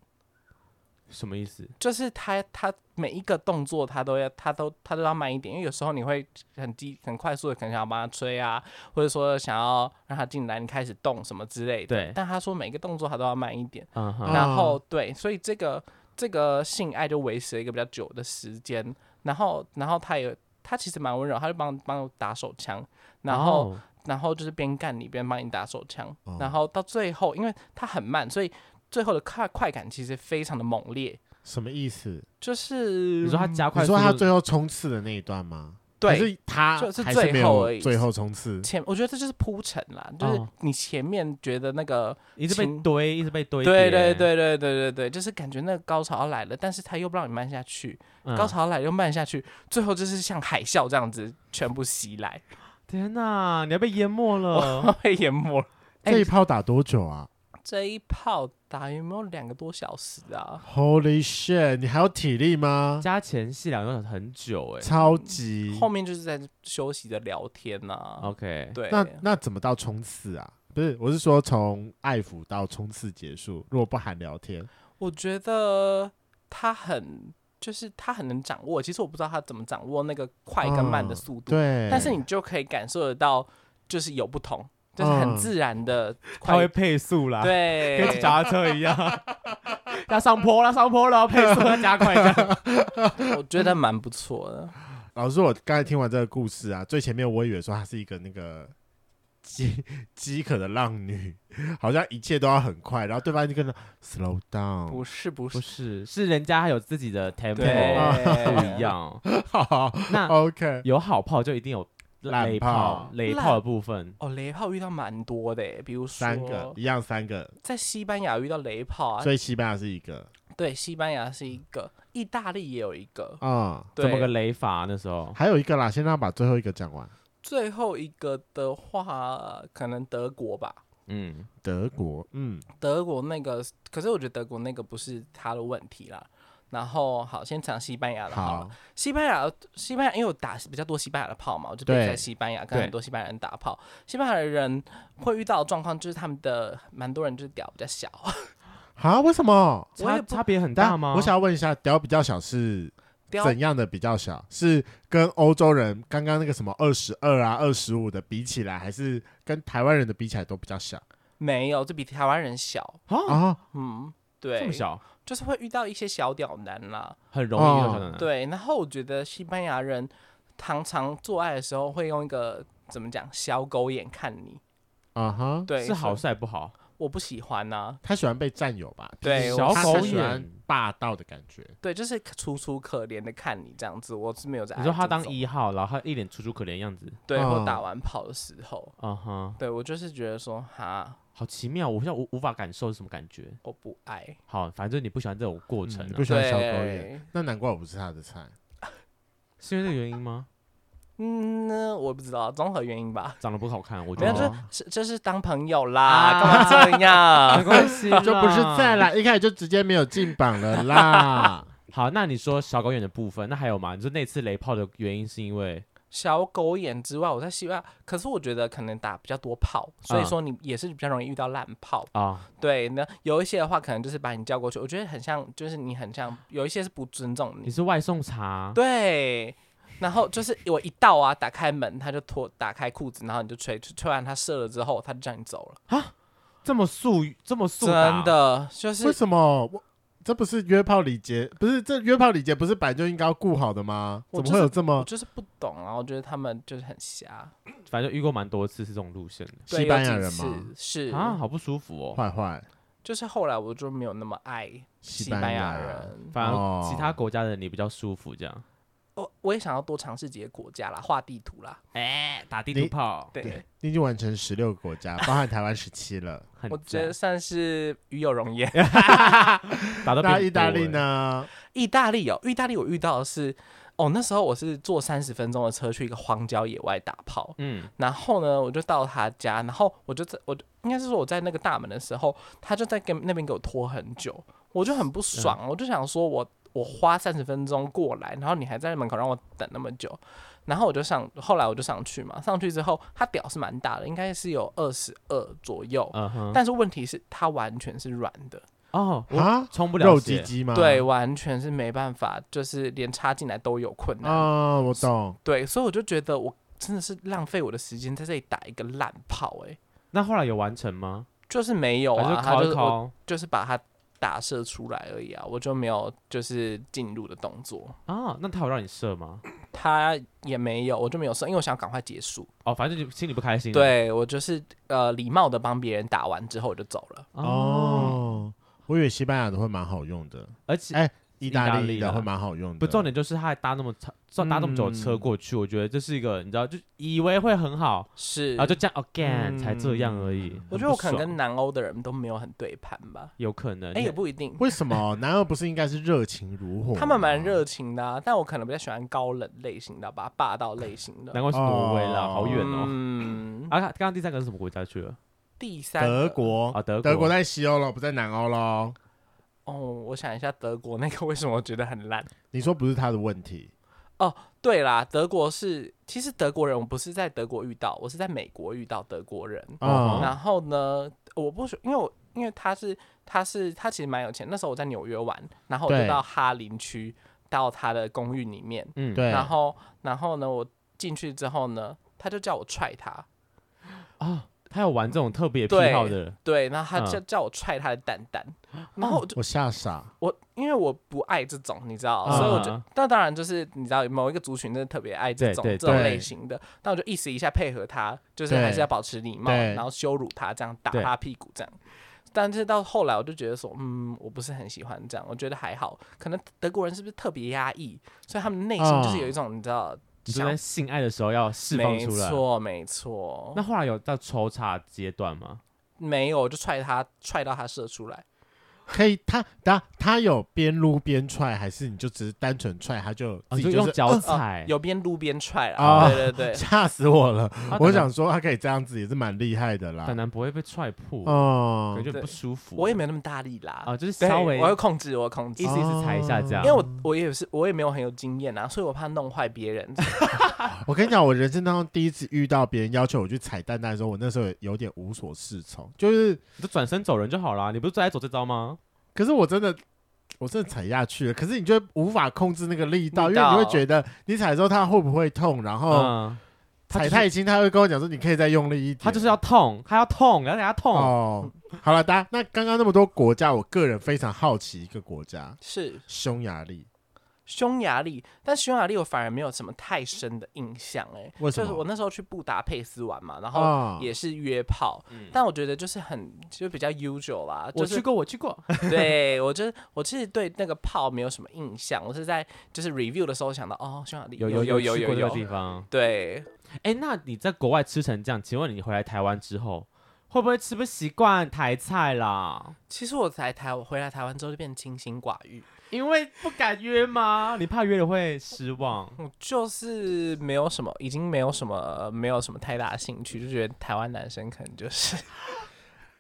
什么意思？就是他他每一个动作他都要他都他都要慢一点，因为有时候你会很激很快速的，可能想要帮他吹啊，或者说想要让他进来，你开始动什么之类的。对，但他说每个动作他都要慢一点，嗯哼，啊然后对，所以这个这个性爱就维持了一个比较久的时间，然后然后他也他其实蛮温柔，他就帮帮我打手枪，然后。哦然后就是边干你边帮你打手枪，哦然后到最后，因为它很慢，所以最后的快快感其实非常的猛烈。什么意思？就是嗯你说他加快你速说度，他最后冲刺的那一段吗？还对是他就是还是没最后而有已最后冲刺？前，我觉得这就是铺陈啦，就是哦你前面觉得那个，一直被轻堆，一直被堆叠。对对对对对对对，就是感觉那个高潮要来了，但是他又不让你慢下去，嗯，高潮要来又慢下去，最后就是像海啸这样子全部袭 <laughs> 来，天哪，你要被淹没我了！ <laughs> 被淹没了。这一炮打多久啊这一炮打有没有两个多小时啊？ ？Holy shit！你还有体力吗？加前戏两个小时很久哎、超级后。面就是在休息的聊天呐、 OK，对，那那怎么到冲刺啊？不是，我是说从爱抚到冲刺结束，如果不含聊天，我觉得他很，就是他很能掌握。其实我不知道他怎么掌握那个快跟慢的嗯速度，对。但是你就可以感受得到，就是有不同，就是很嗯自然的他会快。配速啦，，跟骑 <laughs> 对，脚踏车一样， <laughs> 要上坡了，上坡了，配速要加快一下。我觉得蛮不错的。老师，我刚才听完这个故事啊，最前面我以为说她是一个那个饥饥渴的浪女，好像一切都要很快，然后对方就跟着 slow down，不是不不是，是，是人家还有自己的 tempo，不一 <laughs> 对，样。好那，OK，有好炮就一定有烂雷炮炮，雷炮的部分。哦，雷炮遇到蛮多的欸耶，比如三个说一样三个，在西班牙遇到雷炮啊所，以西班牙是一个对，西班牙是一个，意大利也有一个，啊、怎么个对，雷法？那时候还有一个啦，先让他把最后一个讲完。最后一个的话可能德国吧，嗯，德国，嗯，德国那个，可是我觉得德国那个不是他的问题啦。然后好，先讲西班牙的好了。好，西班牙，西班牙，因为我打比较多西班牙的炮嘛，我就对在西班牙跟很多西班牙人打炮。西班牙的人会遇到的状况就是他们的蛮多人就是屌比较小，好，为什么？我也差不差别很大吗？我想要问一下，屌比较小是屌怎样的比较小？是跟欧洲人刚刚那个什么二十二啊、二十五的比起来，还是跟台湾人的比起来都比较小没有，就比台湾人小。啊，啊？嗯，这对么，小，就是会遇到一些小屌男啦。很容易遇到哦小男。，对，然后我觉得西班牙人常常做爱的时候会用一个怎么讲小狗眼看你，啊哈，对，是好所事还不好？以，我不喜欢啊呐、他喜欢被占有吧？对就是小他狗喜眼欢霸道的感觉。对，就是楚楚可怜的看你这样子，我是没有在爱你这说种。他当一号，然后他一脸楚楚可怜的样子，对，或嗯打完跑的时候，啊哈，对我就是觉得说哈，好奇妙，我现在无无法感受是什么感觉。我不爱。好，反正你不喜欢这种过程嗯你啊不喜欢小狗眼，对，那难怪我不是他的 <laughs> 菜。是因为这个原因吗？嗯，那我不知道综合原因吧。长得不好看，我觉没有，就得是是就是当朋友啦，啊干嘛 <laughs> 这没样？关系，就不是在。 <laughs> 啦，一开始就直接没有进榜了啦。好，那你说小狗眼的部分，那还有吗？你说那次雷炮的原因是因为小狗眼之外，我在希望，可是我觉得可能打比较多炮，所以嗯说你也是比较容易遇到烂炮。啊，对，那有一些的话，可能就是把你叫过去，我觉得很像，就是你很像，有一些是不尊重你你。是外送茶，对，然后就是我一到啊，打开门，他就脱，打开裤子，然后你就吹，吹完他射了之后，他就叫你走了。这么素这么素打真，的 <laughs> 就是为什么我？这不是约炮礼节，不是这约炮礼节不是本来就应该要顾好的吗？我怎就是么会有这我么就是不懂啊，我觉得他们就是很瞎。反正遇过蛮多次是这种路线的对西班有牙几人次吗？是啊，好不舒服哦。坏坏？就是后来我就没有那么爱西西班班牙牙人人。反而哦其他国家的你比较舒服，这样。我哦我也想要多尝试几个国家啦，画地图啦。哎、打地你图炮，对，你已经完成十六个国 <laughs> 家，包含台湾十七了。很我觉赞哎得算是与有荣焉。打到那变意大多利欸？呢？意大利哦，意大利我遇到的是，哦，那时候我是坐三十分钟的车去一个荒郊野外打炮，嗯，然后呢，我就到他家，然后我就在，我就应该是说我在那个大门的时候，他就在跟那边给我拖很久，我就很嗯不爽，我就想说我我花三十分钟过来，然后你还在门口让我等那么久，然后我就上，后来我就上去嘛，上去之后他屌是蛮大的，应该是有二十二左右，嗯哼，但是问题是他完全是软的，哦，我啊，冲不了肉鸡血，鸡吗？对，，完全是没办法，就是连插进来都有困难。啊，我懂。对，所以我就觉得我真的是浪费我的时间在这里打一个烂炮、欸，那后来有完成吗？就是没有还啊，是他考就是一我考就是把它打射出来而已啊，我就没有就是进入的动作，啊？那他有让你射吗？他也没有，我就没有射，因为我想赶快结束。哦，反正就心里不开心。，对我就是呃礼貌的帮别人打完之后我就走了，哦，哦，我以为西班牙的会蛮好用的，而且哎意大意利大利的啦会蛮好用的。不重点就是他还搭那么长，算搭那么久的车啊嗯过去，我觉得这是一个你知道，就以为会很好，是，然啊后就这样 again 才这样而已。嗯我觉得我可能很不爽跟南欧的人都没有很对盘吧，有可能，哎、你也不一定。为什么南俄不是应该是热情如火吗？他们蛮热情的、啊，但我可能比较喜欢高冷类型的吧，霸道类型的。难怪是挪威啦，哦好远哦。嗯，啊，刚刚第三个是什么国家去了？第三德个国啊，德哦德国国。在西欧了，不在南欧喽。哦，我想一下，德国那个为什么我觉得很烂？你说不是他的问题，对啦，德国是其实德国人，我不是在德国遇到，我是在美国遇到德国人。哦然后呢，我不喜，因为我因为他是他是他其实蛮有钱，那时候我在纽约玩，然后我就对到哈林区到他的公寓里面，嗯，对然后然后呢，我进去之后呢，他就叫我踹他，啊，他有玩这种特别癖对好的，对，然后嗯他哦叫、叫我踹他的蛋蛋，然后我就。我吓傻。我因为我不爱这种，你知道，嗯所以我就嗯那当然就是你知道某一个族群真的特别爱这种对对这种对类型的，那我就一时一下配合他，就是对还是要保持礼貌，对然后羞辱他，这样打对他屁股这样。但是到后来我就觉得说，嗯，我不是很喜欢这样，我觉得还好，可能德国人是不是特别压抑，所以他们内心就是有一种、你知道，哦你就在性爱的时候要释放没出来。错没错，那后来有到抽查阶段吗？没有我就踹他，踹到他射出来。可以，他他他有边撸边踹，还是你就只是单纯踹，他就自啊，己就就用是脚呃踩，啊有边撸边踹啦，哦啊对对 <laughs> 对，吓死我了！他我胆想说他可以这样子也是蛮厉害的胆啦。囊不会被踹破，哦感，觉很对不舒服。我也没有那么大力啦，啊，就是对稍微我要哦控制，我要控制意。思意思踩一下这样因为。我我也是我也没有很有经验啊，所以我怕弄坏别人。 <laughs> <laughs> 我跟你讲，我人生当中第一次遇到别人要求我去踩蛋蛋的时候，我那时候也有点无所适从，就是，你就转身走人就好啦，你不是最爱走这招吗？可是我真的。我真的踩下去了，可是你就无法控制那个力道，力因为你会道觉得你踩的时候它会不会痛，然哦后嗯，他踩就是太轻，他会跟我讲说你可以再用力一点。他就是要痛，他要痛，然后给他痛。哦，好了，大家，那刚刚那么多国家，我个人非常好奇一个国家，是匈牙利。匈牙利，但匈牙利我反而没有什么太深的印象、欸，哎，为什么就是我那时候去布达佩斯玩嘛，然哦后啊，也是约炮，嗯但我觉得就是很就比较 usual 啦，就我是去过，我去过，对我就是我其实对那个炮没有什么印象，我是在就是 review 的时候想到哦，匈牙利 <laughs> 有有有去过有这个地有，方。对，哎，那你在国外吃成这样，请问你回来台湾之后，会不会吃不习惯台菜啦？其实我才台我回来台湾之后就变清心寡欲，因为不敢约吗？你怕约了会失望？我就是没有什么，已经没有什么没有什么太大的兴趣，就觉得台湾男生可能就是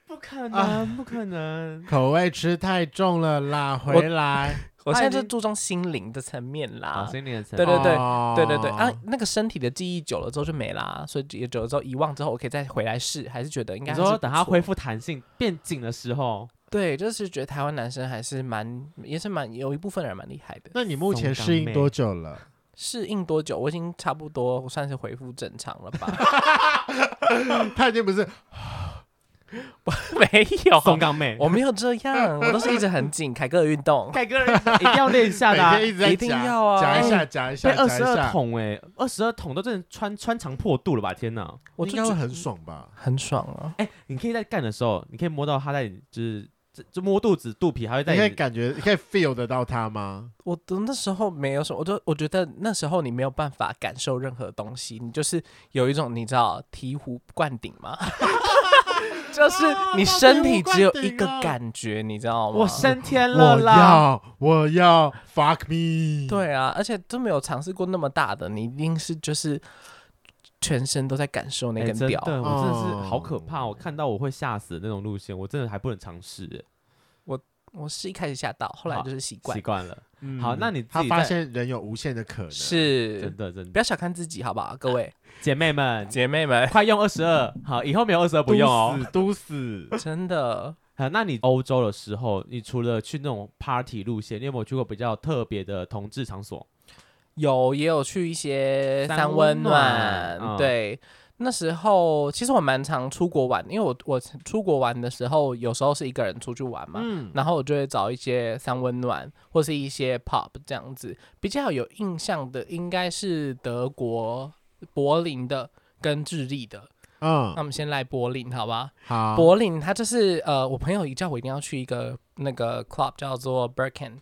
不可能，不可能。口味吃太重了啦，我回来。我现在已就经注重心灵的层面 <laughs> 好，啦。心灵的层对对对哦对对对啊，那个身体的记忆久了之后就没啦，所以也久了之后遗忘之后，我可以再回来试，还是觉得应该你还是说不等它错恢复弹性变紧的时候，对，就是觉得台湾男生还是蛮也是蛮有一部分人蛮厉害的。那你目前适应多久了？适应多久？我已经差不多算是恢复正常了吧？ <laughs> 他已经不是没有，松冈妹， <laughs> 我没有这样，我都是一直很紧，凯哥的运动。凯哥 <laughs> 一定要练一下每的 <laughs> 啊、天一直在一定夹要啊夹一下，夹一被下，二夹一十二下，桶哎、二十二桶都真的穿穿肠破肚了吧？天哪！我应就该觉会得很爽吧？很爽啊！哎、你可以在干的时候，你可以摸到它在你就是这就摸肚子、肚皮，还会在嗯你可以你感觉，你可以 feel 得到它吗？我的那时候没有什么，我就我觉得那时候你没有办法感受任何东西，你就是有一种你知道醍醐灌顶吗？ <laughs> 就是你身体只有一个感觉，你知道吗？我升天了我啦！要，我要 fuck me。，对啊，而且都没有尝试过那么大的，你一定是就是全身都在感受那哎根真屌。的，我真的哦是好可怕，我看到我会吓死的那种路线，我真的还不能尝试哎、我是一开始吓到，后来就是习惯习，惯了。嗯好那你自己他发在现人有无限的可能，是真的真不的，要小看自己，好不好，各位姐妹们，姐妹们，快用二十 <laughs> 二，好，以后没有二十二不都用哦。死都死。真的好，那你欧洲的时候，你除了去那种 party 路线，你有没有去过比较特别的同志场所？有也有去一些三三温温暖暖，嗯对。那时候其实我蛮常出国玩，因为我我出国玩的时候，有时候是一个人出去玩嘛，嗯，然后我就会找一些三温暖或是一些 pub 这样子。比较有印象的应该是德国柏林的跟智利的。那嗯，我们先来柏林，好吧？啊好，柏林它就是呃，我朋友一叫我一定要去一个那个 club 叫做 Birken。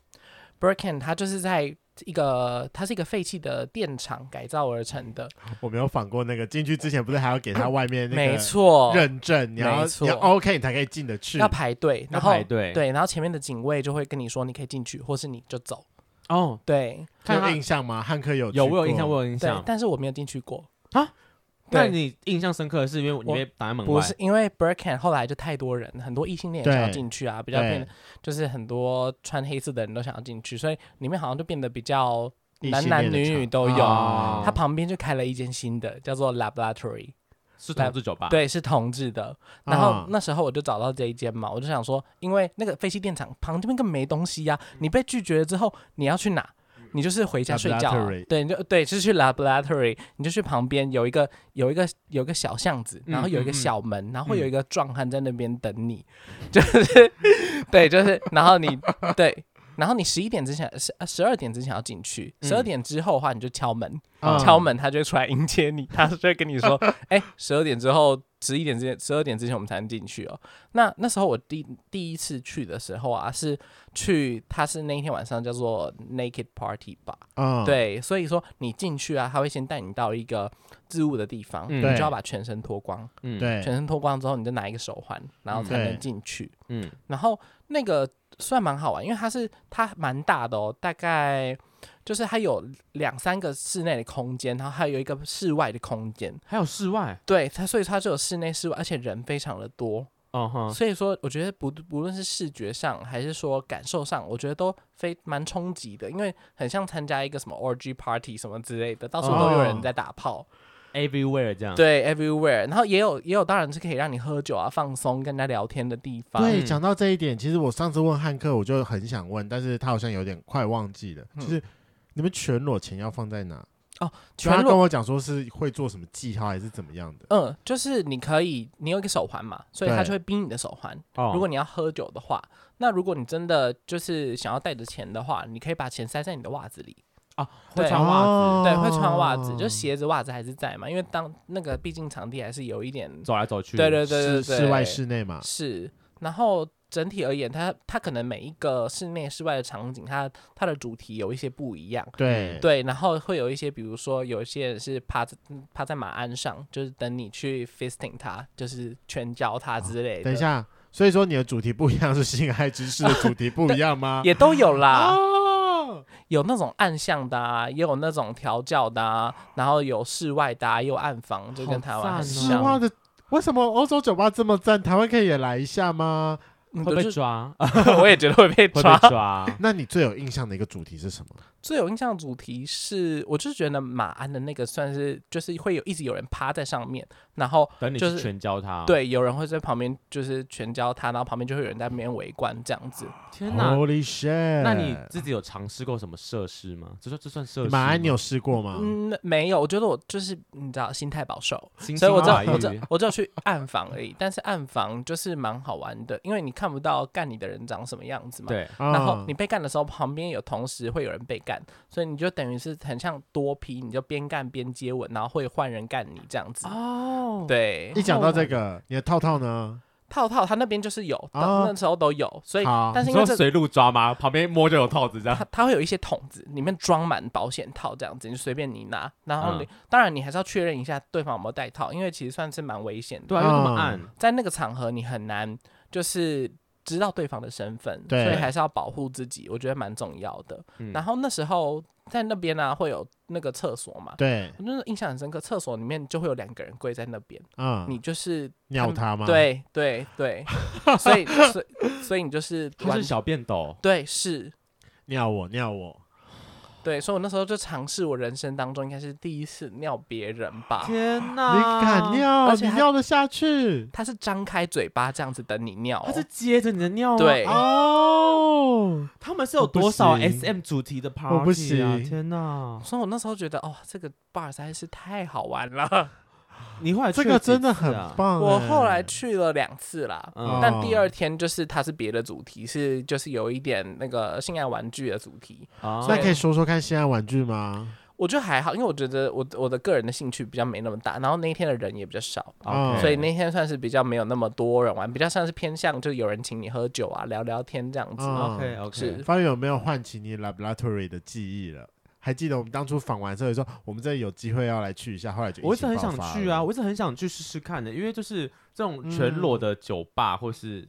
Birken 它就是在一个它是一个废弃的电厂改造而成的，我没有访过那个，进去之前不是还要给他外面那没个错，认证，你要没错你要 OK 你才可以进得去要。排队，要然后排队对，然后前面的警卫就会跟你说你可以进去，或是你就走。哦，对你有看印象吗？汉克有有去我有印象，过我有印对象，。但是我没有进去过啊。那对，你印象深刻的是因为你被挡在门外，不是因为 Birken 后来就太多人，很多异性恋也对想要进去啊，比较对变得就是很多穿黑色的人都想要进去，所以里面好像就变得比较异男性男恋的女场啊女都有。哦它旁边就开了一间新的，叫做 Laboratory，、是同志酒吧，，对，是同志的。然后啊那时候我就找到这一间嘛，我就想说，因为那个废弃电厂旁边根本没东西呀、嗯你被拒绝了之后，你要去哪？你就是回家睡觉啊、 Laboratory 对，你就对，就是去 laboratory，你就去旁边有一个有一个有一个小巷子，嗯然后有一嗯个嗯小门，然后嗯会有一个壮汉在那边等你， <laughs> 就是对，就是然后你对，然后你十一点之前十十二点之前要进去，十二嗯点之后的话你就敲门，嗯敲门，他就会出来迎接你，他就会跟 <laughs> 你说：“哎、十二点之后，十一点之前，十二点之前我们才能进去哦。那”那时候我第第一次去的时候啊，是去，他是那一天晚上叫做 Naked Party 吧？嗯，对，所以说你进去啊，他会先带你到一个置物的地方，嗯你对就要把全身脱光，嗯，，全对，身脱光之后，你就拿一个手环，然后嗯才对能进去。嗯，然后那个算蛮好啊玩，因为它是它蛮大的哦，大概就是它有两三个室内的空间，然后还有一个室外的空间。还有室外，对它，所以它就有室内室外，而且人非常的多，哦哈，所以说我觉得不不论是视觉上还是说感受上，我觉得都非蛮冲击的，因为很像参加一个什么 orgy party 什么之类的，到处都有人在打炮。 everywhere 这样，，对，everywhere，然后也有也有当然是可以让你喝酒啊、放松、跟人家聊天的地方。对，嗯讲到这一点，其实我上次问汉克，我嗯就很想问，但是他好像有点快忘记了，就是你们全裸前要放在哪？就他全跟裸，我讲说是会做什么记号还是怎么样的，嗯，就是你可以，你有一个手环嘛，所以他对就会逼你的手环。哦，如果你要喝酒的话，那如果你真的就是想要带着钱的话，你可以把钱塞在你的袜子里。啊会对穿袜子哦对，会穿袜子，就鞋子、袜子还是在嘛，因为当那个毕竟场地还是有一点，走来走去，对对对对室对，室外室内嘛，是。然后整体而言，它它可能每一个室内室外的场景，它它的主题有一些不一样。对嗯对，然后会有一些，比如说有一些人是趴在嗯趴在马鞍上，就是等你去 fisting 他，就是拳交他之类的。等一，下，所以说你的主题不一样，是性爱知识的主题不一样 <laughs> 吗？也都有啦，哦，有那种暗巷的啊，也有那种调教的啊，然后有室外的、啊，也有暗房，就跟台湾很好室赞像。哦外的。为什么欧洲酒吧这么赞？台湾可以也来一下吗？嗯会对被就 <laughs> 抓，我也觉得会被会抓。被抓。 <laughs> 那你最有印象的一个主题是什么？最有印象的主题是，我就是觉得马鞍的那个算是，就是会有一直有人趴在上面，然后等你就去是全教他，，对，有人会在旁边就是拳交他，然后旁边就会有人在那边围观这样子。天哪！ Holy shit！那你自己有尝试过什么设施吗？这算这算设施吗？马鞍你有试过吗？嗯，没有，我觉得我就是你知道心态保守，心所以情我只有怀疑我 <laughs> 只有我只有去暗房而已。但是暗房就是蛮好玩的，因为你看不到干你的人长什么样子嘛。。对，然后啊你被干的时候，旁边有同时会有人被干，所以你就等于是很像多批，你就边干边接吻，然后会换人干你这样子。哦，对，一讲到这个，你的套套呢？套套他那边就是有，到哦那时候都有，所以好但是你因为说这随路抓吗？旁边摸就有套子这样它。它会有一些桶子，里面装满保险套这样子，你随便你拿。然后嗯你、当然你还是要确认一下对方有没有带套，因为其实算是蛮危险的。对啊，又那么嗯暗，在那个场合你很难就是知道对方的身份，所对以还是要保护自己，我觉得蛮重要的。嗯然后那时候在那边呢、啊会有那个厕所嘛。对，我真的印象很深刻，厕所里面就会有两个人跪在那边，嗯，你就是鸟他吗？，对对 <laughs> 对，所以所以所以你就是它完是小便斗，对是尿我，尿我。对，所以我那时候就尝试我人生当中应该是第一次尿别人吧。天你哪！敢？尿？啊而且你还尿得下去？他是张开嘴巴这样子等你尿、它哦是，接着你的尿吗对哦，他们是有多少我不行 SM 主题的 party 啊？我不行天哪！所以我那时候觉得哦，这个 bar 实在是太好玩了。你后来去这了个几真的次很啊，棒欸。啊我后来去了两次啦。嗯，但第二天就是它是别的主题，是就是有一点那个性爱玩具的主题，哦那可以说说看现在玩具吗？我觉得还好，因为我觉得我我的个人的兴趣比较没那么大，然后那一天的人也比较少，嗯 OK 所以那天算是比较没有那么多人玩，比较像是偏向就是有人请你喝酒啊、聊聊天这样子。嗯 OK OK 是发现有没有唤起你 laboratory 的记忆了？还记得我们当初访完之后说，我们这里有机会要来去一下，后来就我一疫直情很想爆发去了啊，我一直很想去试试看的，因为就是这嗯种全裸的酒吧或是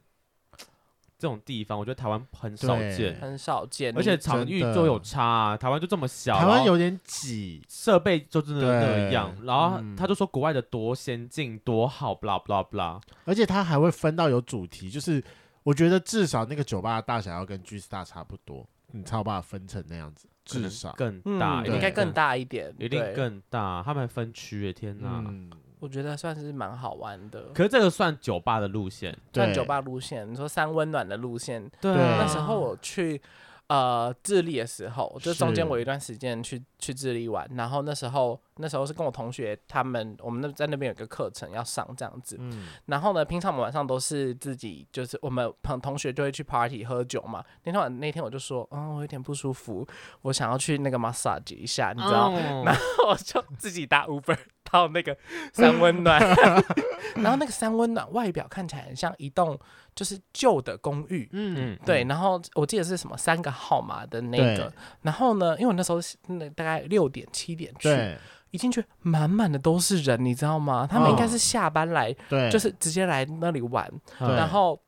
这种地方，我觉得台湾很少对见，很少见，而且场域真的就有差、啊，台湾就这么小，台哦湾然后有点挤，设备就真的那对样，然后嗯他就说国外的多先进多好，blah blah blah，而且它还会分到有主题，就是我觉得至少那个酒吧的大小要跟 G Star 差不多，你才有办法分成那样子，可能至少更嗯大，一定应该更，大一点，一定对更大，啊他们还分区耶，天哪！嗯，我觉得算是蛮好玩的。可是这个算酒吧的路线，算对酒吧路线，你说三温暖的路线，对啊那时候我去呃智利的时候，就中间是我有一段时间去去智利玩，然后那时候那时候是跟我同学他们，我们那在那边有个课程要上这样子，嗯，然后呢，平常我们晚上都是自己，就是我们朋同学就会去 party 喝酒嘛。那天晚那天我就说，嗯，我有点不舒服，我想要去那个 massage 一下，你知道，哦然后我就自己搭 Uber 到那个三温暖， <laughs> 然后那个三温暖外表看起来很像一栋就是旧的公寓，嗯，对，然后我记得是什么三个号码的那对个，然后呢，因为我那时候是那大概六点七点去，对一进去满满的都是人，你知道吗？他们应该是下班来，对，就是直接来那里玩，对然后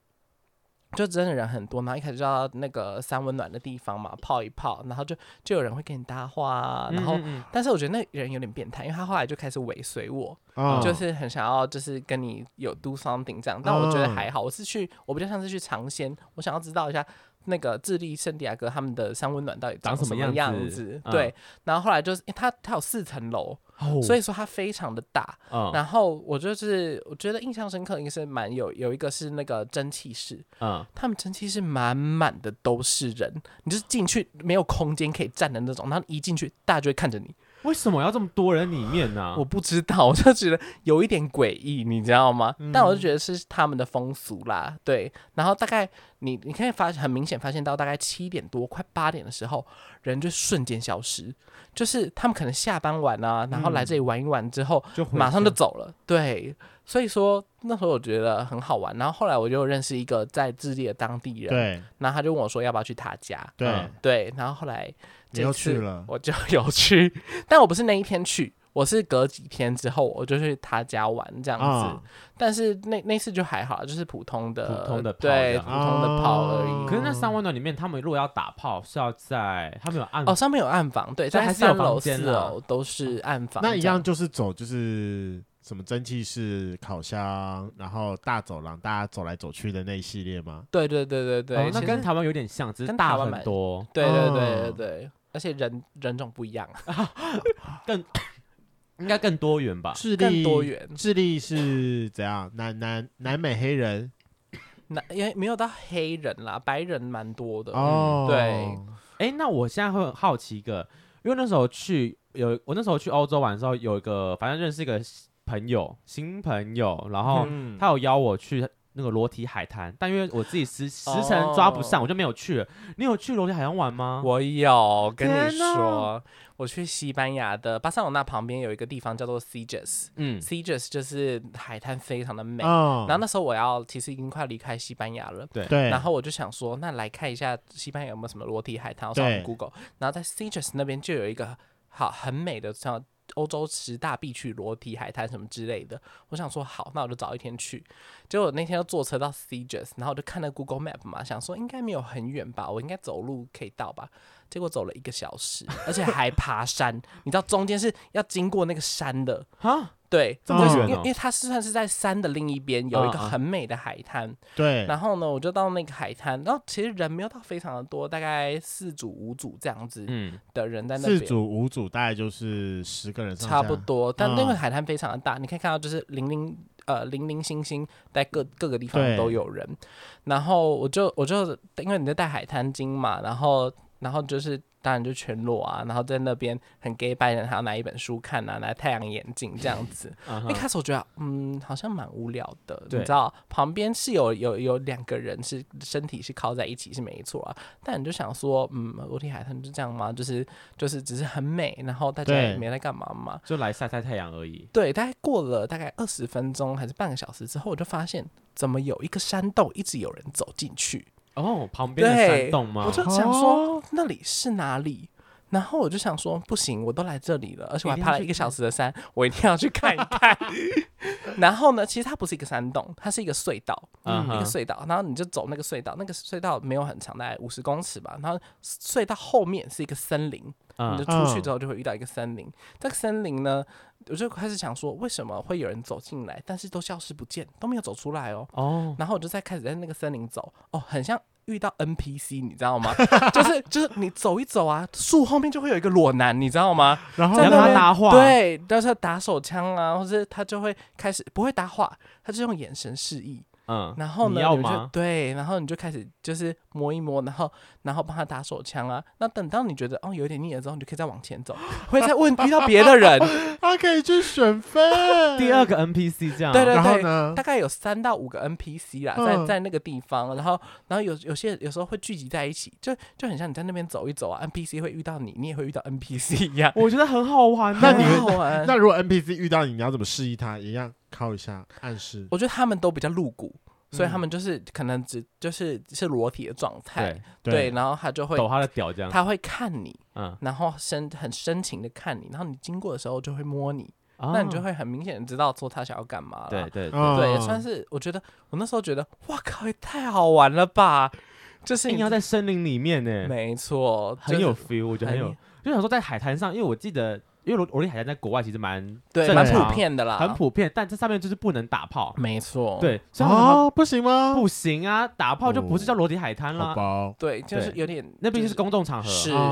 就真的人很多，然后一开始就到那个三温暖的地方嘛，泡一泡，然后就就有人会跟你搭话啊，然后。嗯但是我觉得那人有点变态，因为他后来就开始尾随我，嗯啊就是很想要，就是跟你有 do something 这样，但我觉得嗯还好。我是去，我比较像是去尝鲜，我想要知道一下那个智利圣地亚哥他们的三温暖到底长什什么么样样子子。嗯对，然后后来就是、因为它它有四层楼，哦所以说它非常的大。嗯然后我就是我觉得印象深刻，应该是蛮有有一个是那个蒸汽室，嗯，他们蒸汽室满满的都是人，你就是进去没有空间可以站的那种，然后一进去大家就会看着你，为什么要这么多人里面呢、我不知道，我就觉得有一点诡异，你知道吗？但我就觉得是他们的风俗啦，对。然后大概你你可以发很明显发现到，大概七点多快八点的时候，人就瞬间消失，就是他们可能下班晚啊，然后来这里玩一玩之后，就回马上就家走了。对，所以说那时候我觉得很好玩。然后后来我就认识一个在智利的当地人，对然后他就问我说要不要去他家，对嗯，对，然后后来你这又次去了我就有去，但我不是那一天去，我是隔几天之后我就去他家玩这样子。啊但是那那次就还好，就是普通的普通的炮这对样嗯普通的炮而哦已。可是那三温暖里面，他们如果要打炮，是要在他们有暗哦，上面有暗房，对，所以在还是有三楼、房四间啦嗯楼都是暗房这，那一样就是走就是什么蒸汽室、烤箱，然后大走廊，大家走来走去的那一系列吗？对对对对对，哦那其跟实台湾有点像，只是跟大台湾很蛮多。对对对哦对对，而且人人种不一样，应该更多元吧？智啊更利多元。智利是怎样？南南南美黑人那因为没有到黑人啦，白人蛮多的。哦，嗯对哎、那我现在会很好奇一个，因为那时候去有我那时候去欧洲玩的时候，有一个反正认识一个朋友，新朋友，然后嗯，他有邀我去那个裸体海滩，但因为我自己 <laughs> 时时辰抓不上，哦我就没有去了。你有去裸体海滩玩吗？我有跟天你哪说，我去西班牙的巴塞罗那旁边有一个地方叫做 Sitges，Sitges、嗯， Sitges 就是海滩非常的美。嗯然后那时候我要其实已经快离开西班牙了，对，然后我就想说，那来看一下西班牙有没有什么裸体海滩，我上对网 Google，然后在 Sitges 那边就有一个好很美的像。欧洲十大必去裸体海滩什么之类的，我想说好，那我就早一天去。结果那天要坐车到 s e g e s 然后我就看那 Google Map 嘛，想说应该没有很远吧，我应该走路可以到吧。结果走了一个小时，而且还爬山，你知道中间是要经过那个山的， <laughs> 哈，对，这么就是远因为哦因为它是算是在山的另一边有一个嗯嗯很美的海滩，对，然后呢，我就到那个海滩，然后其实人没有到非常的多，大概四组五组这样子嗯，的人在那四边，组五组大概就是十个人上下差不多。但那个嗯海滩非常的大，你可以看到就是零零呃零零星星在各各个地对方都有人。然后我就我就因为你在带海滩巾嘛，然后然后就是当然就全裸啊，然后在那边很 gay 拜人，还要拿一本书看啊，拿太阳眼镜这样子。啊哈一开始我觉得，嗯，好像蛮无聊的，你对知道，旁边是有有有两个人是身体是靠在一起是没错啊，但你就想说，嗯，裸体海滩就这样吗？就是就是只是很美，然后大家对也没在干嘛嘛。就来晒晒太阳而已。对，大概过了大概二十分钟还是半个小时之后，我就发现怎么有一个山洞一直有人走进去，哦，旁边的对山洞吗？哦我就想说那里是哪里？然后我就想说，不行，我都来这里了，而且我还一定要爬了去一个小时的山，我一定要去看一 <laughs> 看。然后呢，其实它不是一个山洞，它是一个隧道，嗯一个哼隧道。然后你就走那个隧道，那个隧道没有很长，大概五十公尺吧。然后隧道后面是一个森林，你就嗯，出去之后就会遇到一个森林。这个森林呢，我就开始想说，为什么会有人走进来，但是都消失不见，都没有走出来哦。哦，然后我就在开始在那个森林走，哦，很像遇到 NPC，你知道吗？ <laughs> 就是就是你走一走啊，树后面就会有一个裸男，你知道吗？然后你在要那跟他边搭话，，对，但是他打手枪啊，或者他就会开始不会搭话，他就用眼神示意。嗯，然后呢，你要们就吗？。对，然后你就开始就是摸一摸，然后然后帮他打手枪啊。那等到你觉得哦有点腻了之后，你就可以再往前走，会再问遇到别的人。他可以去选妃第二个 NPC 这样，对对然后呢大？概有三到五个 NPC 啦，嗯在在那个地方，然后然后有有些有时候会聚集在一起，就就很像你在那边走一走啊，NPC 会遇到你，你也会遇到 NPC 一样。我觉得很好玩啊。 <laughs> 那你很好玩那，如果 NPC 遇到你，你要怎么示意他？一样靠一下暗示。我觉得他们都比较露骨，所以嗯他们就是可能只就是是裸体的状态对，对，，然后他就会抖他的屌这样，他会看你，嗯，然后深很深情的看你，然后你经过的时候就会摸你，那啊那你就会很明显的知道说他想要干嘛了。对对对，嗯对，也算是我觉得我那时候觉得，哇靠，也太好玩了吧！就是硬你要在森林里面呢，没错，嗯很就是有 feel，我觉得很有。就想说在海滩上，因为我记得，因为裸裸体海滩在国外其实蛮对，正蛮常普遍啊嗯的啦，很普遍，但这上面就是不能打炮，没错，对，所以他们哦，不行吗？不行啊，打炮就不是叫裸体海滩好啦，吧，对，就是对有点那毕竟就是公众场合，哦是哦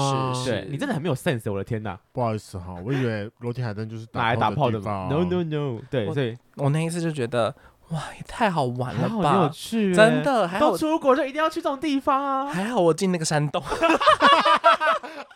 啊是对是，你真的很没有 sense，我的天哪，不好意思哈，我以为裸体海滩就是拿来打炮的地方。 ，no no no，对，我所以我那一次就觉得，哇，也太好玩还了好你有吧！趣欸，真的，还好都出国就一定要去这种地方啊，还好我进那个山洞，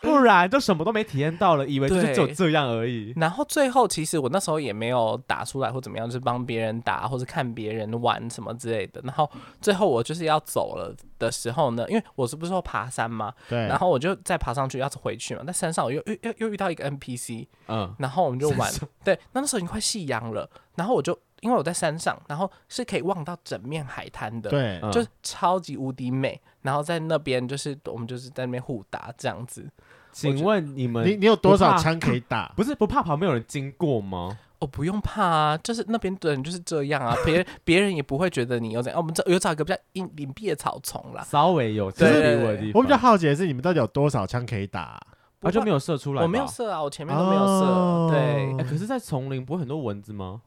不然就什么都没体验到了，以为就是只有嗯对这样而已。 <laughs> 然后最后，其实我那时候也没有打出来或怎么样，就是帮别人打或者看别人玩什么之类的。然后最后我就是要走了的时候呢，因为我是不是说爬山嘛，对，然后我就再爬上去要回去嘛，在山上我又又又又遇到一个 NPC，嗯，然后我们就玩，对，那那时候已经快夕阳了，然后我就因为我在山上，然后是可以望到整面海滩的，对，嗯就是超级无敌美。然后在那边就是我们就是在那边互打这样子，请问你你们你有多不少怕枪可以打？不是不怕旁边有人经过吗？哦，不用怕啊，就是那边的人就是这样啊， <laughs> 别别人也不会觉得你有怎样。哦我们这有找一个比较隐隐蔽的草丛啦，稍微有距对离啊对我的对地方，我比较好奇的是，你们到底有多少枪可以打啊？他就没有，有射出来吧。哎我没有射啊，我前面都没有射。哦对，哎，可是，在丛林不会很多蚊子吗？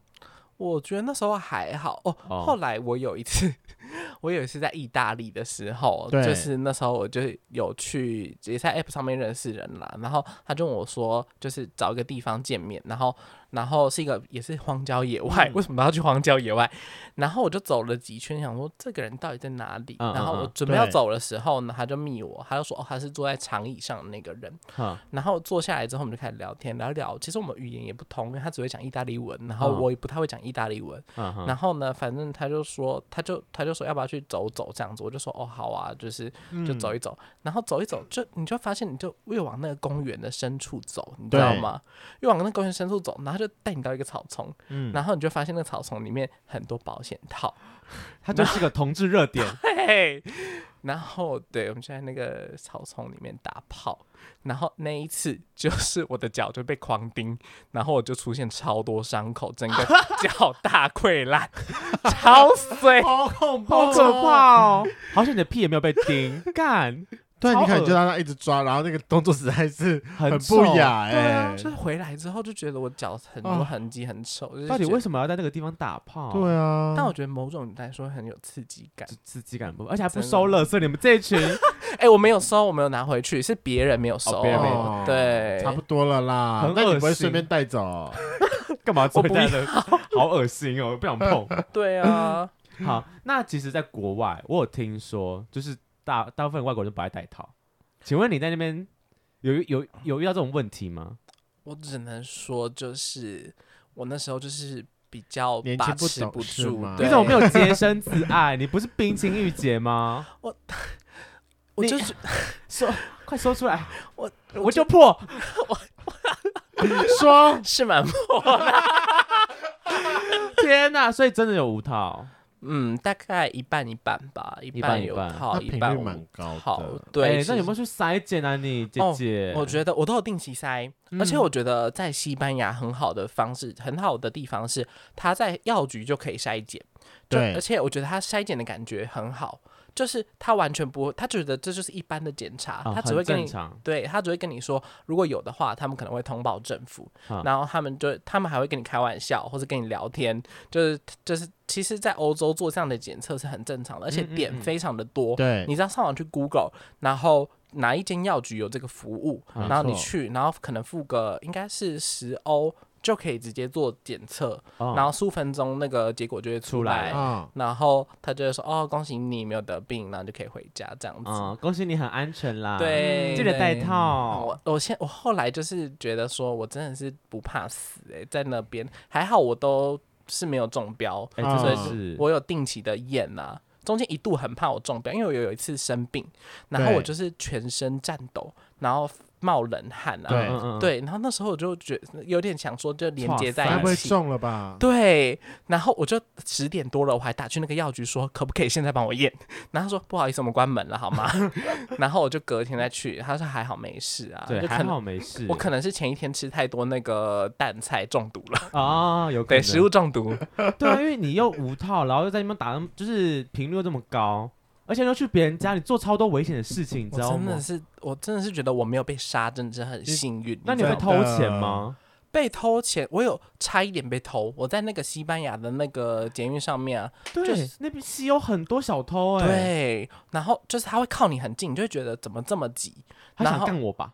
我觉得那时候还好哦。哦后来我有一次， <laughs> 我有一次在意大利的时候，对就是那时候我就有去也在 App 上面认识人啦，然后他就问我说，就是找一个地方见面，然后然后是一个也是荒郊野外，嗯为什么要去荒郊野外？然后我就走了几圈，想说这个人到底在哪里？嗯嗯然后我嗯准备要对走的时候呢，他就密我，他就说哦，他是坐在长椅上的那个人，哈，然后坐下来之后，我们就开始聊天，聊一聊。其实我们语言也不通，因为他只会讲意大利文，然后嗯我也不太会讲意大利文。嗯哼然后呢，反正他就说，他就他就说要不要去走走这样子，我就说哦好啊，就是就走一走。然后走一走，就你就发现你就越往那个公园的深处走，你知道对吗？越往那个公园深处走，然后就带你到一个草丛，嗯，然后你就发现那个草丛里面很多保险套。他就是个同志热点。 <laughs> 嘿，然后对，我们就在那个草丛里面打炮，然后那一次就是我的脚就被狂钉，然后我就出现超多伤口，<laughs> 整个脚大溃烂，<laughs> 超碎。好恐怖，好可！怕哦！ <laughs> 好险你的屁也没有被叮， <laughs> 干，对，你超看恶你就让他一直抓，然后那个动作实在是很不臭。雅对啊，哎。就是回来之后就觉得我脚很多啊痕迹很丑，就是哦到底觉得为什么要在那个地方打炮？对啊，哦但我觉得某种来说很有刺激感。就刺激感不，而且还不真的收垃圾，你们这一群哎、我没有收，我没有拿回去，是别人没有收，别人没有哦对，差不多了啦很。那你恶不会心顺便带走？干嘛坐我不在那？好恶心哦，不想碰。对 <laughs> 啊，好，那其实，在国外，我有听说，就是大大部分外国人都不爱戴套。请问你在那边有有有遇到这种问题吗？我只能说，就是我那时候就是比较年轻把不持懂不事住吗，你对怎么没有洁身自爱？你不是冰清玉洁吗？我你就是 <laughs> 说， <laughs> 快说出来，我我就破。 <laughs> 说是蛮天哪！所以真的有无套，嗯，大概一半一半吧，一半一有半那套，哦一频半率无蛮高套的。。对，哎那有没有有？去筛检啊？你姐哦姐，嗯我觉得我都有定期塞，而嗯且我觉得在西班牙很好的方式，很好的地方是，它在药局就可以筛检，就对而且我觉得它筛检的感觉很好，就是他完全不，他觉得这就是一般的检查，啊哦他只很会跟正你常，对他只会跟你说，如果有的话，他们可能会通报政府，啊然后他们就他们还会跟你开玩笑或者跟你聊天，就是就是，其实，在欧洲做这样的检测是很正常的，而且嗯嗯点嗯非常的多，对，你只要上网去 Google，然后哪一间药局有这个服务，嗯没然后你错去，然后可能付个应该是十欧就可以直接做检测，哦然后十五分钟那个结果就会出出来嗯来，啊，然后他就会说哦恭喜你没有得病，然后就可以回家这样子。嗯，恭喜你很安全啦，对，记得戴对套我。我现我后来就是觉得说，我真的是不怕死诶、在那边还好我都是没有中标，哎，啊真的是，我有定期的验呐、中间一度很怕我中标，因为我有一次生病，然后对我就是全身颤抖，然后冒冷汗对啊，嗯，嗯嗯对，然后那时候我就觉有点想说就连接在该不一会起。中了吧？对，然后我就十点多了，我还打去那个药局说，可不可以现在帮我验？然后他说不好意思，我们关门了，好吗？ <laughs> 然后我就隔天再去，他说还好没事啊，对，就还可能好没事。我可能是前一天吃太多那个淡菜中毒了，啊，有可 <laughs> 对，能 <laughs> 食物中毒，对啊，因为你又无套，然后又在那边打那么，就是频率又这么高，而且又去别人家，你做超多危险的事情，你我知道哦真吗的？是，我真的是觉得我没有被杀，真的是很幸运。那你知会道被吗偷钱吗？被偷钱？我有差一点被偷，我在那个西班牙的那个监狱上面啊，对，就是那边西有很多小偷哎、对，然后就是他会靠你很近，你就会觉得怎么这么挤？他然想后干我吧，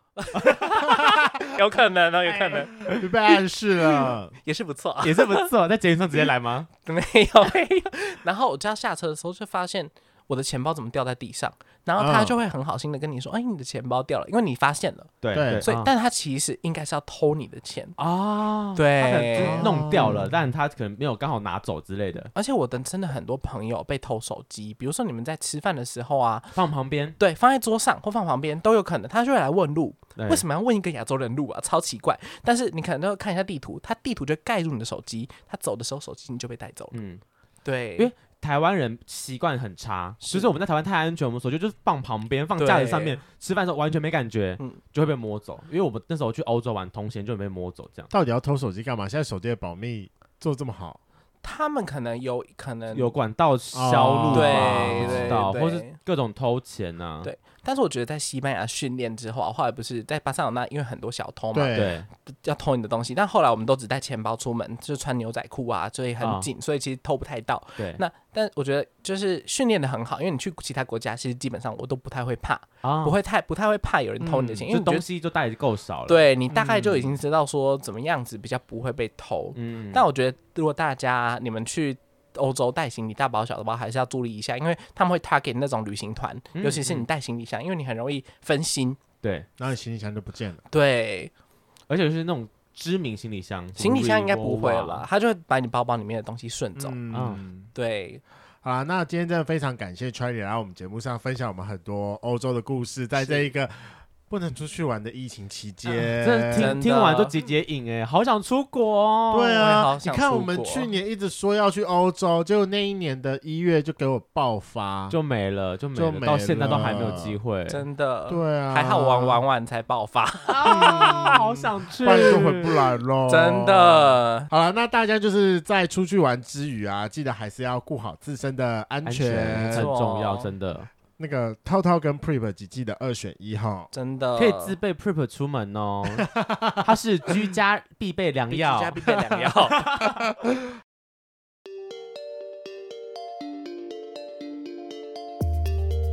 有可能哦，有可能，你被暗示了，也是不错 <laughs> 啊。也 <laughs> 是不错，在捷运上直接来吗？没有没有。然后我就要下车的时候，就发现我的钱包怎么掉在地上？”然后啊他就会很好心的跟你说：“哎，你的钱包掉了，因为你发现了。对对”对所以啊，但他其实应该是要偷你的钱。啊，他可能就对是，弄掉了，但他可能没有刚好拿走之类的，而且我的真的很多朋友被偷手机，比如说你们在吃饭的时候啊，放旁边。对，放在桌上或放旁边都有可能，他就会来问路。为么？什么要问一个亚洲人路啊？超奇怪。但是你可能都要看一下地图，他地图就盖住你的手机，他走的时候手机你就被带走了。嗯，对，因为台湾人习惯很差，是就是我们在台湾太安全，我们手机就是放旁边，放架子上面，吃饭的时候完全没感觉嗯，就会被摸走。因为我们那时候去欧洲玩，童鞋就被摸走，这样到底要偷手机干嘛？现在手机的保密做这么好，他们可能有可能有管道销路哦嘛，对不对知道，嗯对或是各种偷钱啊呐，对但是我觉得在西班牙训练之后啊，后来不是在巴塞罗那，因为很多小偷嘛，对，对，要偷你的东西。但后来我们都只带钱包出门，就是穿牛仔裤啊，所以很紧，所以其实偷不太到。对，那但我觉得就是训练的很好，因为你去其他国家，其实基本上我都不太会怕，啊不会太不太会怕有人偷你的钱，因嗯就为你觉东得西就带的够少了。，对你大概就已经知道说怎么样子比较不会被偷。嗯，但我觉得如果大家你们去。欧洲带行李大包小的包还是要注意一下，因为他们会 target 那种旅行团，嗯尤其是嗯你带行李箱，因为你很容易分心。对，然后你行李箱就不见了。对，而且是那种知名行李箱，行李箱应该不会 Reward 了，，他就会把你包包里面的东西顺走。嗯，对，好啦，那今天真的非常感谢 Charlie 来我们节目上分享我们很多欧洲的故事，在这一个不能出去玩的疫情期间， <laughs> 这啊真听的听完都结节瘾哎，好想出国哦。对我也啊好，你想看出我们国去年一直说要去欧洲，结果那一年的一月就给我爆发，就没了，就没就了，没到现在都还没有了机会。真的，对啊，呃还好玩玩完才爆发，哦啊，好想去不然就回不来喽，哦真。的。好了，那大家就是在出去玩之余啊，记得还是要顾好自身的安安全。全很错重要，真的那个涛涛跟 Prep 只记得二选一哈。真的可以自备 prep 出门哦，它是居家必备良必居药家。必备良 <laughs> 药。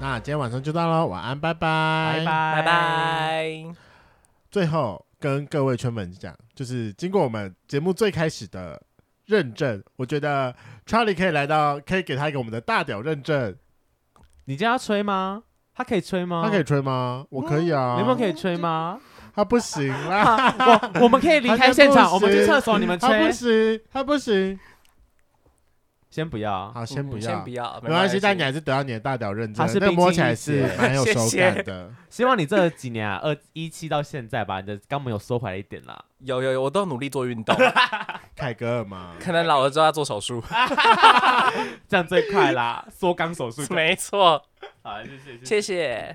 那今天晚上就到喽，晚安，拜拜，拜拜。拜拜。最后跟各位圈粉讲，就是经过我们节目最开始的认证，我觉得 Charlie 可以来到，可以给他一个我们的大屌认证。你今天要吹吗？他可以吹吗？他可以吹吗？我可以啊。啊哦你们可以吹吗？他不行 <laughs> 啦，我我们可以离开现场，我们去厕所，你们他不吹。行，他不行。先不要，好，先不嗯要，先不要，没关系，但你还是得到你的大屌认证它，是那冰摸晶起来一是节蛮有手谢谢感的。希望你这几年啊，二一七到现在吧，你的肛门有缩回来一点啦。有有有，我都努力做 <laughs> 运动，凯格尔嘛，可能老了之后要做手 <laughs> 术。这样最快啦，缩肛手术。没错，好，谢谢，谢谢。谢谢。